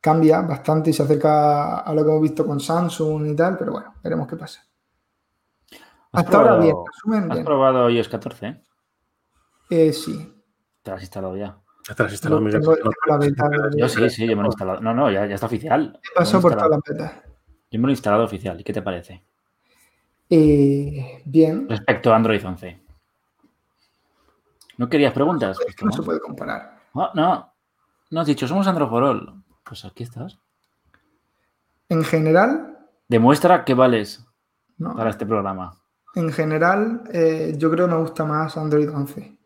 D: cambia bastante y se acerca a lo que hemos visto con Samsung y tal, pero bueno, veremos qué pasa.
B: ¿Has
D: Hasta ahora bien,
B: probado-
D: resumen
B: Has
D: bien.
B: probado iOS 14, ¿eh?
D: Eh, sí,
B: Te lo has instalado ya.
C: Atrás está la
D: Yo
C: Miguel,
D: tengo-
C: no-
D: tengo la beta de-
B: Yo sí, sí, yo me lo he instalado. No, no, ya, ya está oficial.
D: he
B: Yo me lo he
D: pasado por todas
B: instalado.
D: las betas.
B: Yo me lo he instalado oficial. ¿Y qué te parece?
D: Eh, bien,
B: Respecto a Android 11. ¿No querías preguntas? Pues
D: es que no se puede comparar.
B: Ah, no. No has dicho, somos Androforol. Pues aquí estás.
D: En general,
B: Demuestra que vales
D: no.
B: para este programa.
D: En general, eh, yo creo que me gusta más Android 11.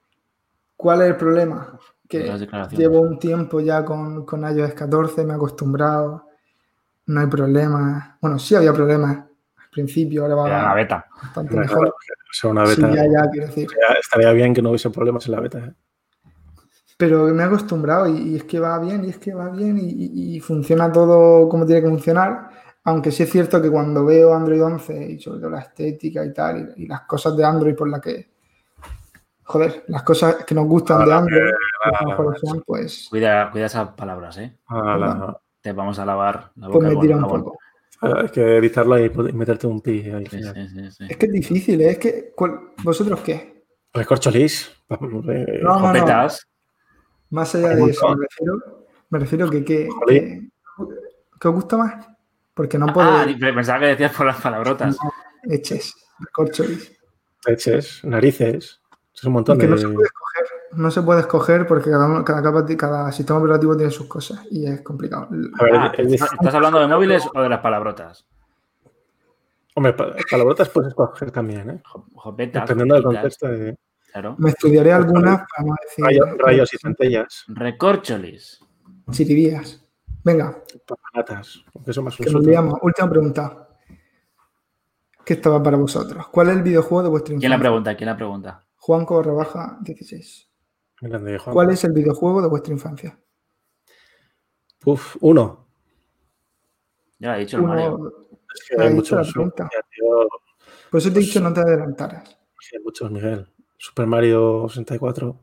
D: ¿Cuál es el problema?
B: Las
D: Que
B: declaraciones.
D: llevo un tiempo ya con, con iOS 14, me he acostumbrado, no hay problema. Bueno, sí había problemas al principio, ahora
B: Era una
D: va
B: beta.
D: bastante
C: Mejor,
D: mejor.
C: o sea, una
D: Sí,
C: beta.
D: ya, ya, quiero decir.
C: Ya Estaría bien que no hubiese problemas en la beta. ¿eh?
D: Pero me he acostumbrado y, y es que va bien, y es que va bien, y, y- y funciona todo como tiene que funcionar. Aunque sí es cierto que cuando veo Android 11 y sobre todo la estética y tal, y, y las cosas de Android por las que. Joder, las cosas que nos gustan de
C: Ahora,
D: Android,
C: ahora,
D: por
C: ahora.
D: ejemplo, pues,
B: Cuida, cuida esas palabras, ¿eh?
C: Ah, la-
D: Bueno.
B: Te vamos a lavar la boca.
D: pues me
B: con
D: tira un
B: jabón.
D: poco.
C: ah, es que editarlo y y meterte un pi ahí.
B: Sí, sí, sí, sí.
D: Es que es difícil, ¿eh? es que. ¿cuál- ¿Vosotros qué?
C: Recorcholis. eh,
D: No, Ah, no, no.
B: Copetas.
D: Más allá
C: Hay
D: de
C: un
D: eso,
C: montón.
D: me refiero, me refiero que, que,
C: Jolín.
D: que- que os gusta más. Porque no puedo.
B: Ah, pensaba que decías por las palabrotas.
D: Eches, recorcholis.
C: leches, narices. Es un montón
D: Que
C: de.
D: no se puede escoger. No se puede escoger porque cada, uno- cada, capa ti- cada sistema operativo tiene sus cosas y es complicado.
C: A ver,
B: Ah,
C: es- es-
B: ¿Estás estás hablando de móviles o de las palabrotas?
C: hombre, pa- palabrotas puedes escoger también, ¿eh?
B: Jo- Jopetas.
C: Dependiendo del
B: copetas,
C: contexto. de
B: Claro.
D: Me estudiaré algunas para no decir
C: rayos, rayos y centellas,
B: Recorcholis.
D: chirirías. Venga,
C: papanatas, aunque eso más
D: que nos
C: un
D: liamos. Última pregunta. ¿Qué estaba para vosotros? ¿Cuál es el videojuego de vuestra
B: ¿Quién la
D: infancia?
B: pregunta? ¿Quién la pregunta?
D: Juanco barra baja 16.
C: Grande, Juan.
D: ¿Cuál es el videojuego de vuestra infancia?
C: Uf, uno.
B: Ya lo ha dicho el Mario.
D: Uno,
C: Es que
D: Ahí
C: hay
D: está
C: muchos.
D: la pregunta.
C: ya, tío,
D: por eso te he dicho no te adelantaras.
C: es que hay muchos, Miguel. Super Mario 64.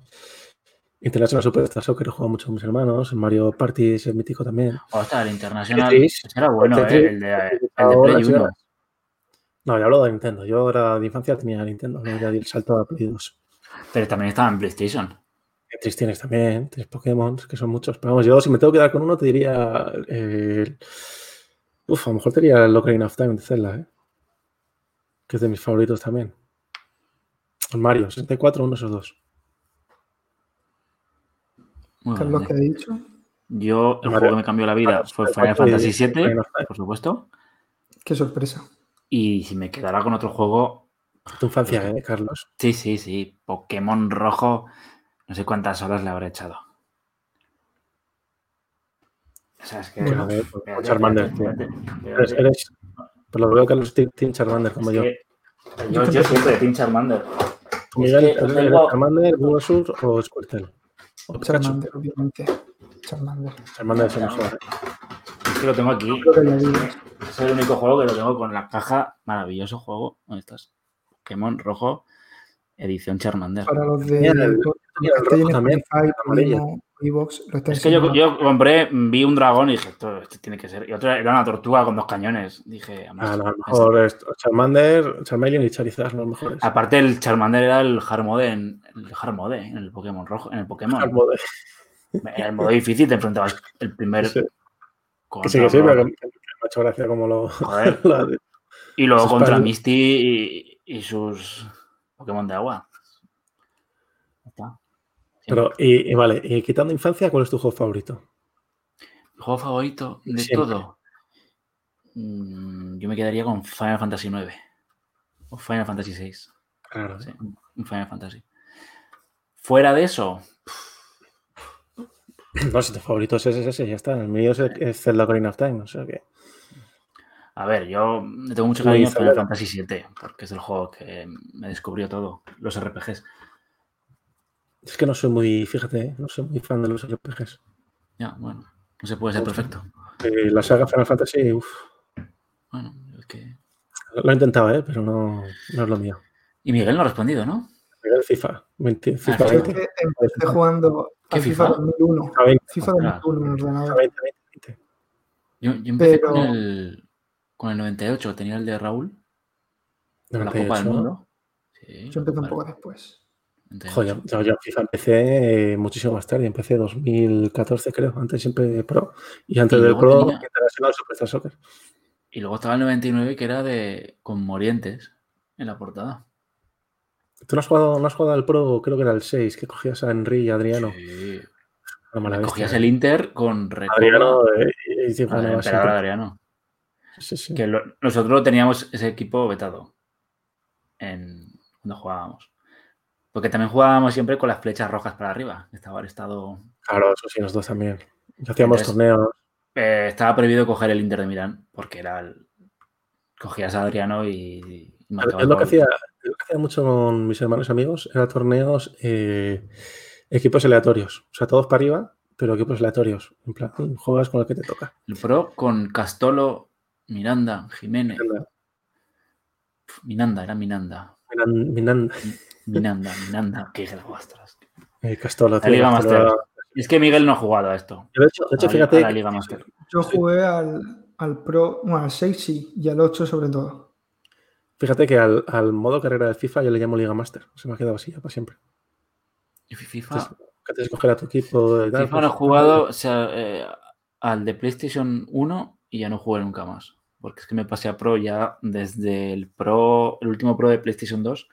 C: International Superstar Soccer he jugado mucho con mis hermanos. El Mario Party es el mítico también.
B: Hostia, el Internacional.
C: Tetris.
B: Ese era bueno,
C: El Tetris.
B: ¿eh? El de, el de
C: Ahora
B: Play
C: sí.
B: 1.
C: No, yo hablo de Nintendo. Yo era de infancia tenía Nintendo, no era el salto a Play 2.
B: Pero también estaba en PlayStation.
C: Tetris tienes también, tienes Pokémon, que son muchos. Pero vamos, yo si me tengo que dar con uno, te diría. eh, el- Uf, a lo mejor te diría el Ocarina of Time de Zelda, ¿eh? Que es de mis favoritos también. El Mario, 64, uno de esos dos.
B: Muy
D: ¿Qué es lo
B: grande.
D: que he dicho?
B: Yo, el
C: Mario-
B: juego que me cambió la vida fue Final
C: 64 y
B: Fantasy VII,
C: Ocarina of Time.
B: por supuesto.
D: Qué sorpresa.
B: Y si me quedara con otro juego,
C: Tu infancia, ¿eh, Carlos?
B: sí, sí, sí. Pokémon Rojo, no sé cuántas horas le habré echado. O sea, es que.
C: Bueno, a ver,
B: Espérate,
C: como
B: espérate,
C: Charmander,
B: espérate, espérate.
C: Eres, eres- por lo que veo, Carlos, Team, team Charmander, como
B: Es
C: yo.
B: que yo, yo siempre Team Charmander.
C: ¿Tú, Miguel,
B: es que
C: eres
B: tengo-
C: Charmander, Bulbasaur o Squirtle? O Pikachu.
D: Charmander, obviamente. Charmander.
C: Charmander es el mejor. ¿eh?
B: Es que lo tengo aquí.
D: Creo que ya digo.
B: Es el único juego que lo tengo con la caja. Maravilloso juego. ¿Dónde estás? Pokémon Rojo, edición Charmander.
D: Para los de.
C: Tenía el- tenía el
D: Estoy en
C: rojo también.
D: Spotify,
C: amarillo.
D: Podimo, iVoox, lo está
B: Es que yo,
D: enseñando.
B: yo compré, vi un dragón y dije, esto, esto tiene que ser. Y otro era una tortuga con dos cañones. Dije, además,
C: Ah, no, a lo mejor es Charmander, Charmeleon y Charizard, los mejores.
B: es- aparte el Charmander era el hard mode en el hard mode en el Pokémon rojo, en el Pokémon.
C: Charmander.
B: Era el modo difícil, te enfrentabas el primer
C: Sí.
B: con
C: Que sí, que sí,
B: Dragon.
C: pero que me ha hecho gracia como lo.
B: Joder.
C: lo ha dicho.
B: Y luego
C: Eso es
B: contra
C: para-
B: Misty y, y sus Pokémon de agua. Ya está. Sí.
C: Pero, y, y vale, y quitando infancia, ¿cuál es tu juego favorito?
B: ¿Mi juego favorito de
C: Siempre.
B: todo? Mm, yo me quedaría con Final Fantasy IX. O Final Fantasy VI.
C: Claro,
B: Sí, un Final Fantasy. Fuera de eso,
C: No, si tu favorito es ese, es ese, ya está. El mío es, es Zelda Ocarina of Time, o sea que.
B: a ver, yo le tengo mucho
C: Sí,
B: cariño a
C: Isabela.
B: Final Fantasy VII, porque es el juego que me descubrió todo, los RPGs.
C: Es que no soy muy, fíjate, no soy muy fan de los RPGs.
B: Ya, bueno, no se puede ser perfecto.
C: Eh, la saga Final Fantasy, uff,
B: Bueno, es que.
C: lo he intentado, ¿eh? pero no, no es lo mío.
B: Y Miguel no ha respondido, ¿no?
C: Pero el FIFA, menti- FIFA
B: Ah,
D: Yo es
C: 20,
D: que empecé jugando
B: ¿Qué
D: a FIFA
B: FIFA?
D: 2001.
C: FIFA 20,
D: FIFA 2001 en ordenador.
C: 20, 20.
B: Yo, yo empecé
D: Pero-
B: con, el, con el 98, tenía el de Raúl, con la Copa del
C: 98,
B: Mundo. Sí,
D: Yo
B: la
D: empecé un
B: Copa
D: poco
B: del-
D: después.
B: 98.
C: Joder, yo, yo FIFA empecé eh, muchísimo más tarde, empecé 2014 creo, antes siempre de Pro. Y antes
B: Y
C: del
B: luego
C: Pro,
B: tenía-
C: Internacional Superstar Soccer.
B: Y luego estaba el 99, que era de con Morientes en la portada.
C: ¿Tú no has jugado, no has jugado al Pro? Creo que era el 6, que cogías a Henry y Adriano.
B: Sí.
C: Una mala
B: Cogías
C: bestia.
B: el Inter con Recoba,
C: Adriano eh, y, y,
B: con el
C: ganabas
B: emperador
C: siempre.
B: Adriano.
C: Sí, sí.
B: Que lo- nosotros lo teníamos ese equipo vetado en, cuando jugábamos. Porque también jugábamos siempre con las flechas rojas para arriba. Estaba el estado.
C: Claro, eso sí, nosotros también. Hacíamos
B: Entonces-
C: torneos.
B: eh, estaba prohibido coger el Inter de Milán porque era el- cogías a Adriano y, y marcabas
C: Es lo que
B: gol.
C: hacía, es lo que hacía mucho con mis hermanos y amigos, era torneos, eh, equipos aleatorios. O sea, todos para arriba, pero equipos aleatorios. En plan, juegas con el que te toca.
B: El pro con Castolo, Miranda, Jiménez.
C: Miranda,
B: Pf, Minanda, era Minanda.
C: Miran- Minan-
B: Minanda, Minanda. Qué guastras.
C: eh, Castola,
B: La Liga
C: Castola.
B: Master. Es que Miguel no ha jugado a esto.
C: De hecho, de hecho,
B: a la-
C: fíjate,
B: a la
C: que-
B: Liga Master.
D: Yo jugué al, al Pro, bueno, al 6 sí, y al 8 sobre todo.
C: fíjate que al, al modo carrera de FIFA yo le llamo Liga Master. Se me ha quedado así ya para siempre.
B: Y FIFA,
C: Entonces, que tienes que escoger a tu equipo. y tal,
B: Ah. FIFA no he
C: pues,
B: jugado o sea, eh, al de PlayStation 1 y ya no jugué nunca más. Porque es que me pasé a Pro ya desde el Pro, el último Pro de PlayStation 2.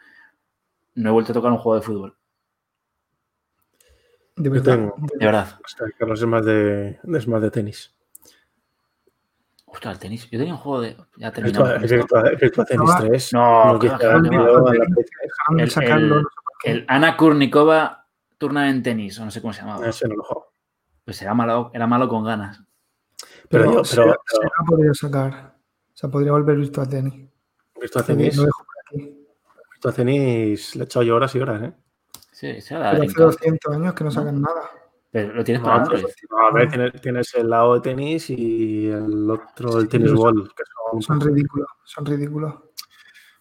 B: No he vuelto a tocar un juego de fútbol.
D: De
C: Yo
D: verdad.
C: tengo.
B: De verdad.
C: o sea, Carlos es más de, es más de tenis.
B: Ostras, el tenis. Yo tenía un juego de. Ya terminamos.
C: Virtua,
B: con esto.
C: Virtua- Virtua Tennis
D: No,
C: 3.
B: no,
C: nos dice
B: claro,
C: Andy
D: no.
C: Lowe a la Play 3.
D: Dejaron de
B: El-
D: sacarlo,
B: el-
D: no sé por qué.
B: El Ana Kurnikova Tournament Tennis, o no sé cómo se
C: No,
B: llamaba.
C: Ah, ese no lo juego.
B: Pues era malo, era malo con ganas.
C: Pero,
D: Pero
C: yo,
D: se,
C: pero,
D: se ha podido sacar. O sea, podría volver Virtua Tennis.
C: pero Virtua
D: No
C: Tenis,
D: dejo por aquí.
C: Virtua Tenis le he echado yo horas y horas, ¿eh?
B: Sí, esa era la
D: Pero
B: de
D: hace
B: Dreamcast.
D: 200 años que no sacan nada.
B: Pero lo tienes
C: No,
B: para Ah.
C: pero-
B: Android.
C: No, a ver, tienes, tienes el lado de tenis y el otro, el
D: Sí,
C: tenis
D: pero son-
C: ball. Que son,
D: Son ridículos, son ridículos.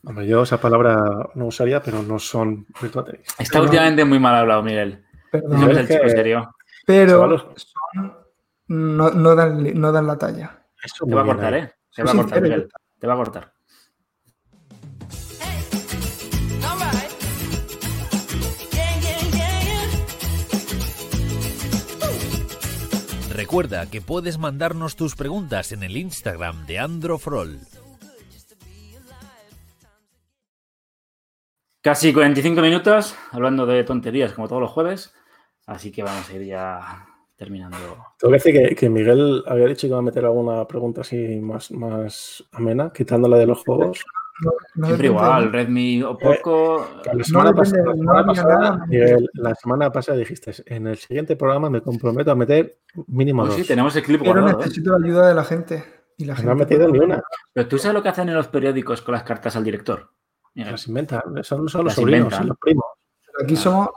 C: Hombre, yo esa palabra no usaría, pero no son Virtua Tenis.
B: Está
D: No.
B: últimamente muy mal hablado, Miguel.
D: Perdón.
B: No
C: Yo
B: es
C: es
B: el chico
C: que-
B: serio.
D: Pero
C: Chavalos.
D: son, no, no, dan, no dan la talla.
C: Eso
B: Te
C: muy
B: va a
C: bien,
B: cortar,
C: ahí.
B: ¿eh? Te va a
D: Sí,
B: cortar,
D: sí,
B: Miguel. Te va a cortar.
E: Alright. Yeah, yeah, yeah, yeah.
A: Recuerda que puedes mandarnos tus preguntas en el Instagram de Androfrol.
B: Casi 45 minutos hablando de tonterías como todos los jueves. Así que vamos a ir ya terminando.
C: Tengo que decir que, que Miguel había dicho que iba a meter alguna pregunta así más, más amena, quitándola de los juegos.
D: No, no
B: Siempre
D: depende de
B: igual,
D: mí.
B: Redmi
C: Eh,
B: o poco.
C: Que La semana, pas-
D: depende-
C: la
D: no
C: semana
D: había
C: pasada,
D: nada.
C: Miguel, la semana pasada dijiste, en el siguiente programa me comprometo a meter mínimo
B: Uy,
C: dos.
B: Pues sí, tenemos el clip
D: Pero
B: guardado. ¿eh?
D: necesito la ayuda de la gente. Y la
C: No
D: gente
C: ha metido ni una.
B: Pero tú sabes lo que hacen en los periódicos con las cartas al director. Miguel,
C: Las inventan, son, son los
B: Las
C: sobrinos,
B: inventan.
C: son los primos.
D: Pero aquí somos.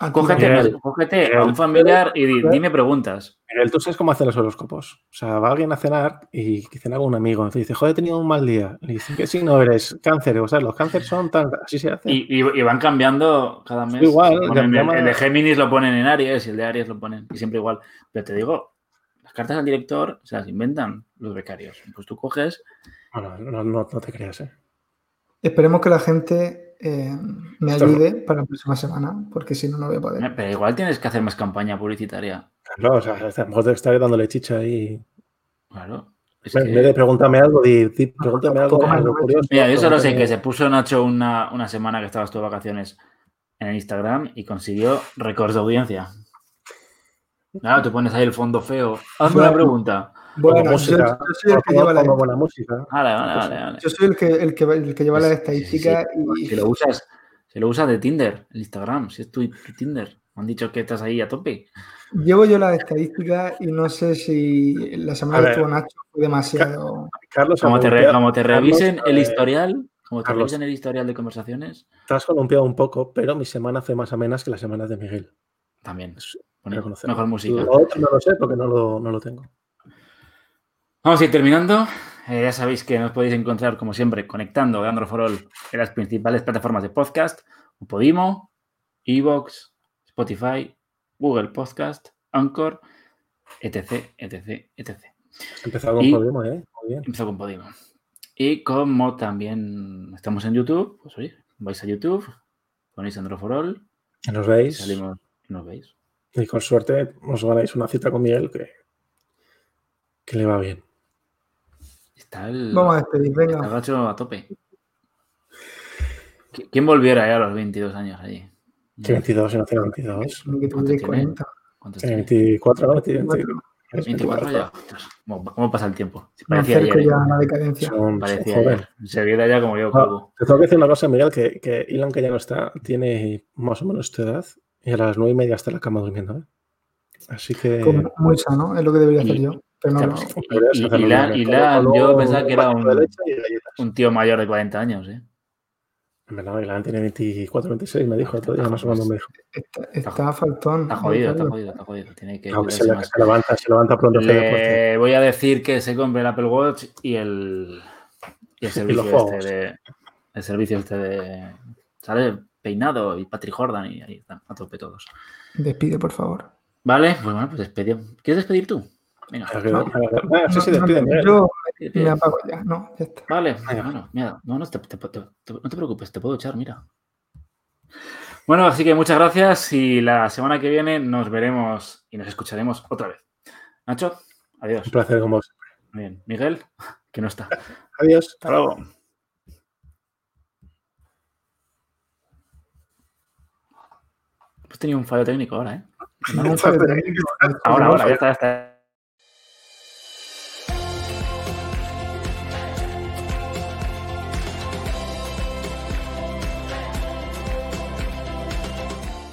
D: a tiro.
B: cógete,
C: Miguel,
B: cógete a
C: Miguel.
B: un familiar y di- dime preguntas.
C: Miguel, tú sabes cómo hacen los horóscopos. O sea, va alguien a cenar y que cena con un amigo. Entonces dice, joder, he tenido un mal día. Le dice, ¿qué signo eres? Cáncer. O sea, los cánceres son tan. Así se hace.
B: Y, y- y van cambiando cada mes.
C: Igual,
B: Ponen el,
C: llama-
B: el de Géminis lo ponen en Aries y el de Aries lo ponen. Y siempre igual. Pero te digo, las cartas al director se las inventan los becarios. Pues tú coges.
C: Bueno, no, no- no te creas, ¿eh?
D: Esperemos que la gente eh, me
C: Esto-
D: ayude para la próxima semana, porque si no, no voy a poder.
B: Eh, Pero igual tienes que hacer más campaña publicitaria.
C: No, o sea, a lo mejor te estaré dándole chicha ahí.
B: Claro. Es
C: En
B: que-
C: vez de pregúntame algo, di, di, pregúntame algo,
D: Toma,
C: algo
D: no,
C: curioso.
B: Mira, yo solo sé que
C: Pregúntame-
B: se puso Nacho una, una semana que estabas tú de vacaciones en el Instagram y consiguió récords de audiencia. Claro, tú pones ahí el fondo feo. Hazme una pregunta.
C: Pongo
D: Bueno, yo,
C: música,
D: yo soy el que
C: pongo-
D: lleva la,
C: pongo buena música.
B: Vale, vale,
C: pues,
B: vale. vale.
D: yo soy el que, el que, el que lleva la estadística y
B: Si lo usas, si lo usas de Tinder, el Instagram, si es tu, tu Tinder. Me han dicho que estás ahí a tope.
D: llevo yo las estadísticas y no sé si la
C: A
D: semana que
C: ver.
D: estuvo Nacho fue demasiado.
C: Carlos,
B: Como te, re-
C: Aguilera-
B: como te
C: Carlos,
B: revisen
C: eh,
B: el historial, Como tenéis
C: Carlos.
B: en el historial de conversaciones,
C: Te has columpiado un poco, pero mi semana fue más amenas que las semanas de Miguel.
B: también.
C: Es-
B: Bueno,
C: Pues, reconocerlo.
B: mejor música.
C: Lo otro no lo sé porque no lo, no lo tengo.
B: Vamos a ir terminando. Eh, ya sabéis que nos podéis encontrar, como siempre, conectando de Androforol en las principales plataformas de podcast: Podimo, Evox, Spotify, Google Podcast, Anchor, etc. etc. etc.
C: Has empezado con
B: Y-
C: Podemos, ¿eh? Muy bien.
B: Empezó con Podimo. Y como también estamos en YouTube, pues oye, vais a YouTube, ponéis Androforol,
C: Que Nos veis.
B: salimos y nos veis.
C: Y con suerte os ganáis una cita con Miguel que, que le va bien.
B: Está el.
D: Vamos a despedir,
B: Está el
D: venga.
B: gacho a tope. ¿Qui- ¿Quién volviera ya a los 22 años allí?
C: Tiene 22 y no tiene 22.
D: Lo que
B: ¿Cuánto
D: tendréis
B: tiene?
D: 40.
B: ¿Cuántos
C: Tiene
B: tiene?
C: 24, ¿no? Tiene
D: 24.
B: 24 ya. Ostras, ¿Cómo, cómo pasa el tiempo? Si
D: Me
B: parecía
D: acerco
B: ayer.
D: ya
B: ¿eh?
D: a la decadencia.
C: Son, son
B: Parecía
C: joven.
B: ayer. Enseguida ya como yo,
C: Ah,
B: calvo.
C: te tengo que decir una cosa, Miguel, que, que Elon, que ya no está, tiene más o menos tu edad y a las 9 y media está en la cama durmiendo. ¿eh? Así que.
D: Como Muy sano, es lo que debería hacer
B: Y-
D: yo. Pero no,
B: Ya,
D: lo
B: pues,
D: hago.
B: y-
C: Deberías
B: y-
C: hacerlo
B: Ilan-
C: bien.
B: Ilan,
C: Luego,
B: yo
C: luego,
B: pensaba que era
C: un vaso de
B: un-
C: leche y galletas.
B: Un tío mayor de 40 años, ¿eh?
C: En verdad, Ilan tiene 24, 26, me dijo el otro día, más o menos me dijo.
D: Está, está faltón.
B: Está jodido, está jodido, está jodido. Tiene que
C: No, que se,
B: cuidarse
C: le-
B: más.
C: se levanta, se levanta pronto. hace deporte.
B: Le voy a decir que se compre el Apple Watch y el, y el servicio
C: juegos.
B: este de. El servicio este de. Sale peinado y Patrick Jordan y ahí están, a tope todos.
D: Despide, por favor.
B: Vale, pues bueno, pues despedimos. ¿Quieres despedir tú? Venga.
C: Ahora que-
B: Ah,
C: ahora que- Sí, sí,
D: No, no,
C: despide, Miguel.
D: yo
B: despide.
D: me apago ya. No, ya está.
B: Vale,
C: Venga.
B: bueno, mira, no, no, te, te- te- te- no te preocupes, te puedo echar, mira. Bueno, así que muchas gracias y la semana que viene nos veremos y nos escucharemos otra vez. Nacho, adiós.
C: Un placer con vos.
B: Muy Bien, Miguel, que no está.
C: Adiós.
B: Hasta luego. Hemos tenido un fallo técnico ahora, ¿eh?
D: No, joder,
B: Ahora, ahora, ya está, ya está.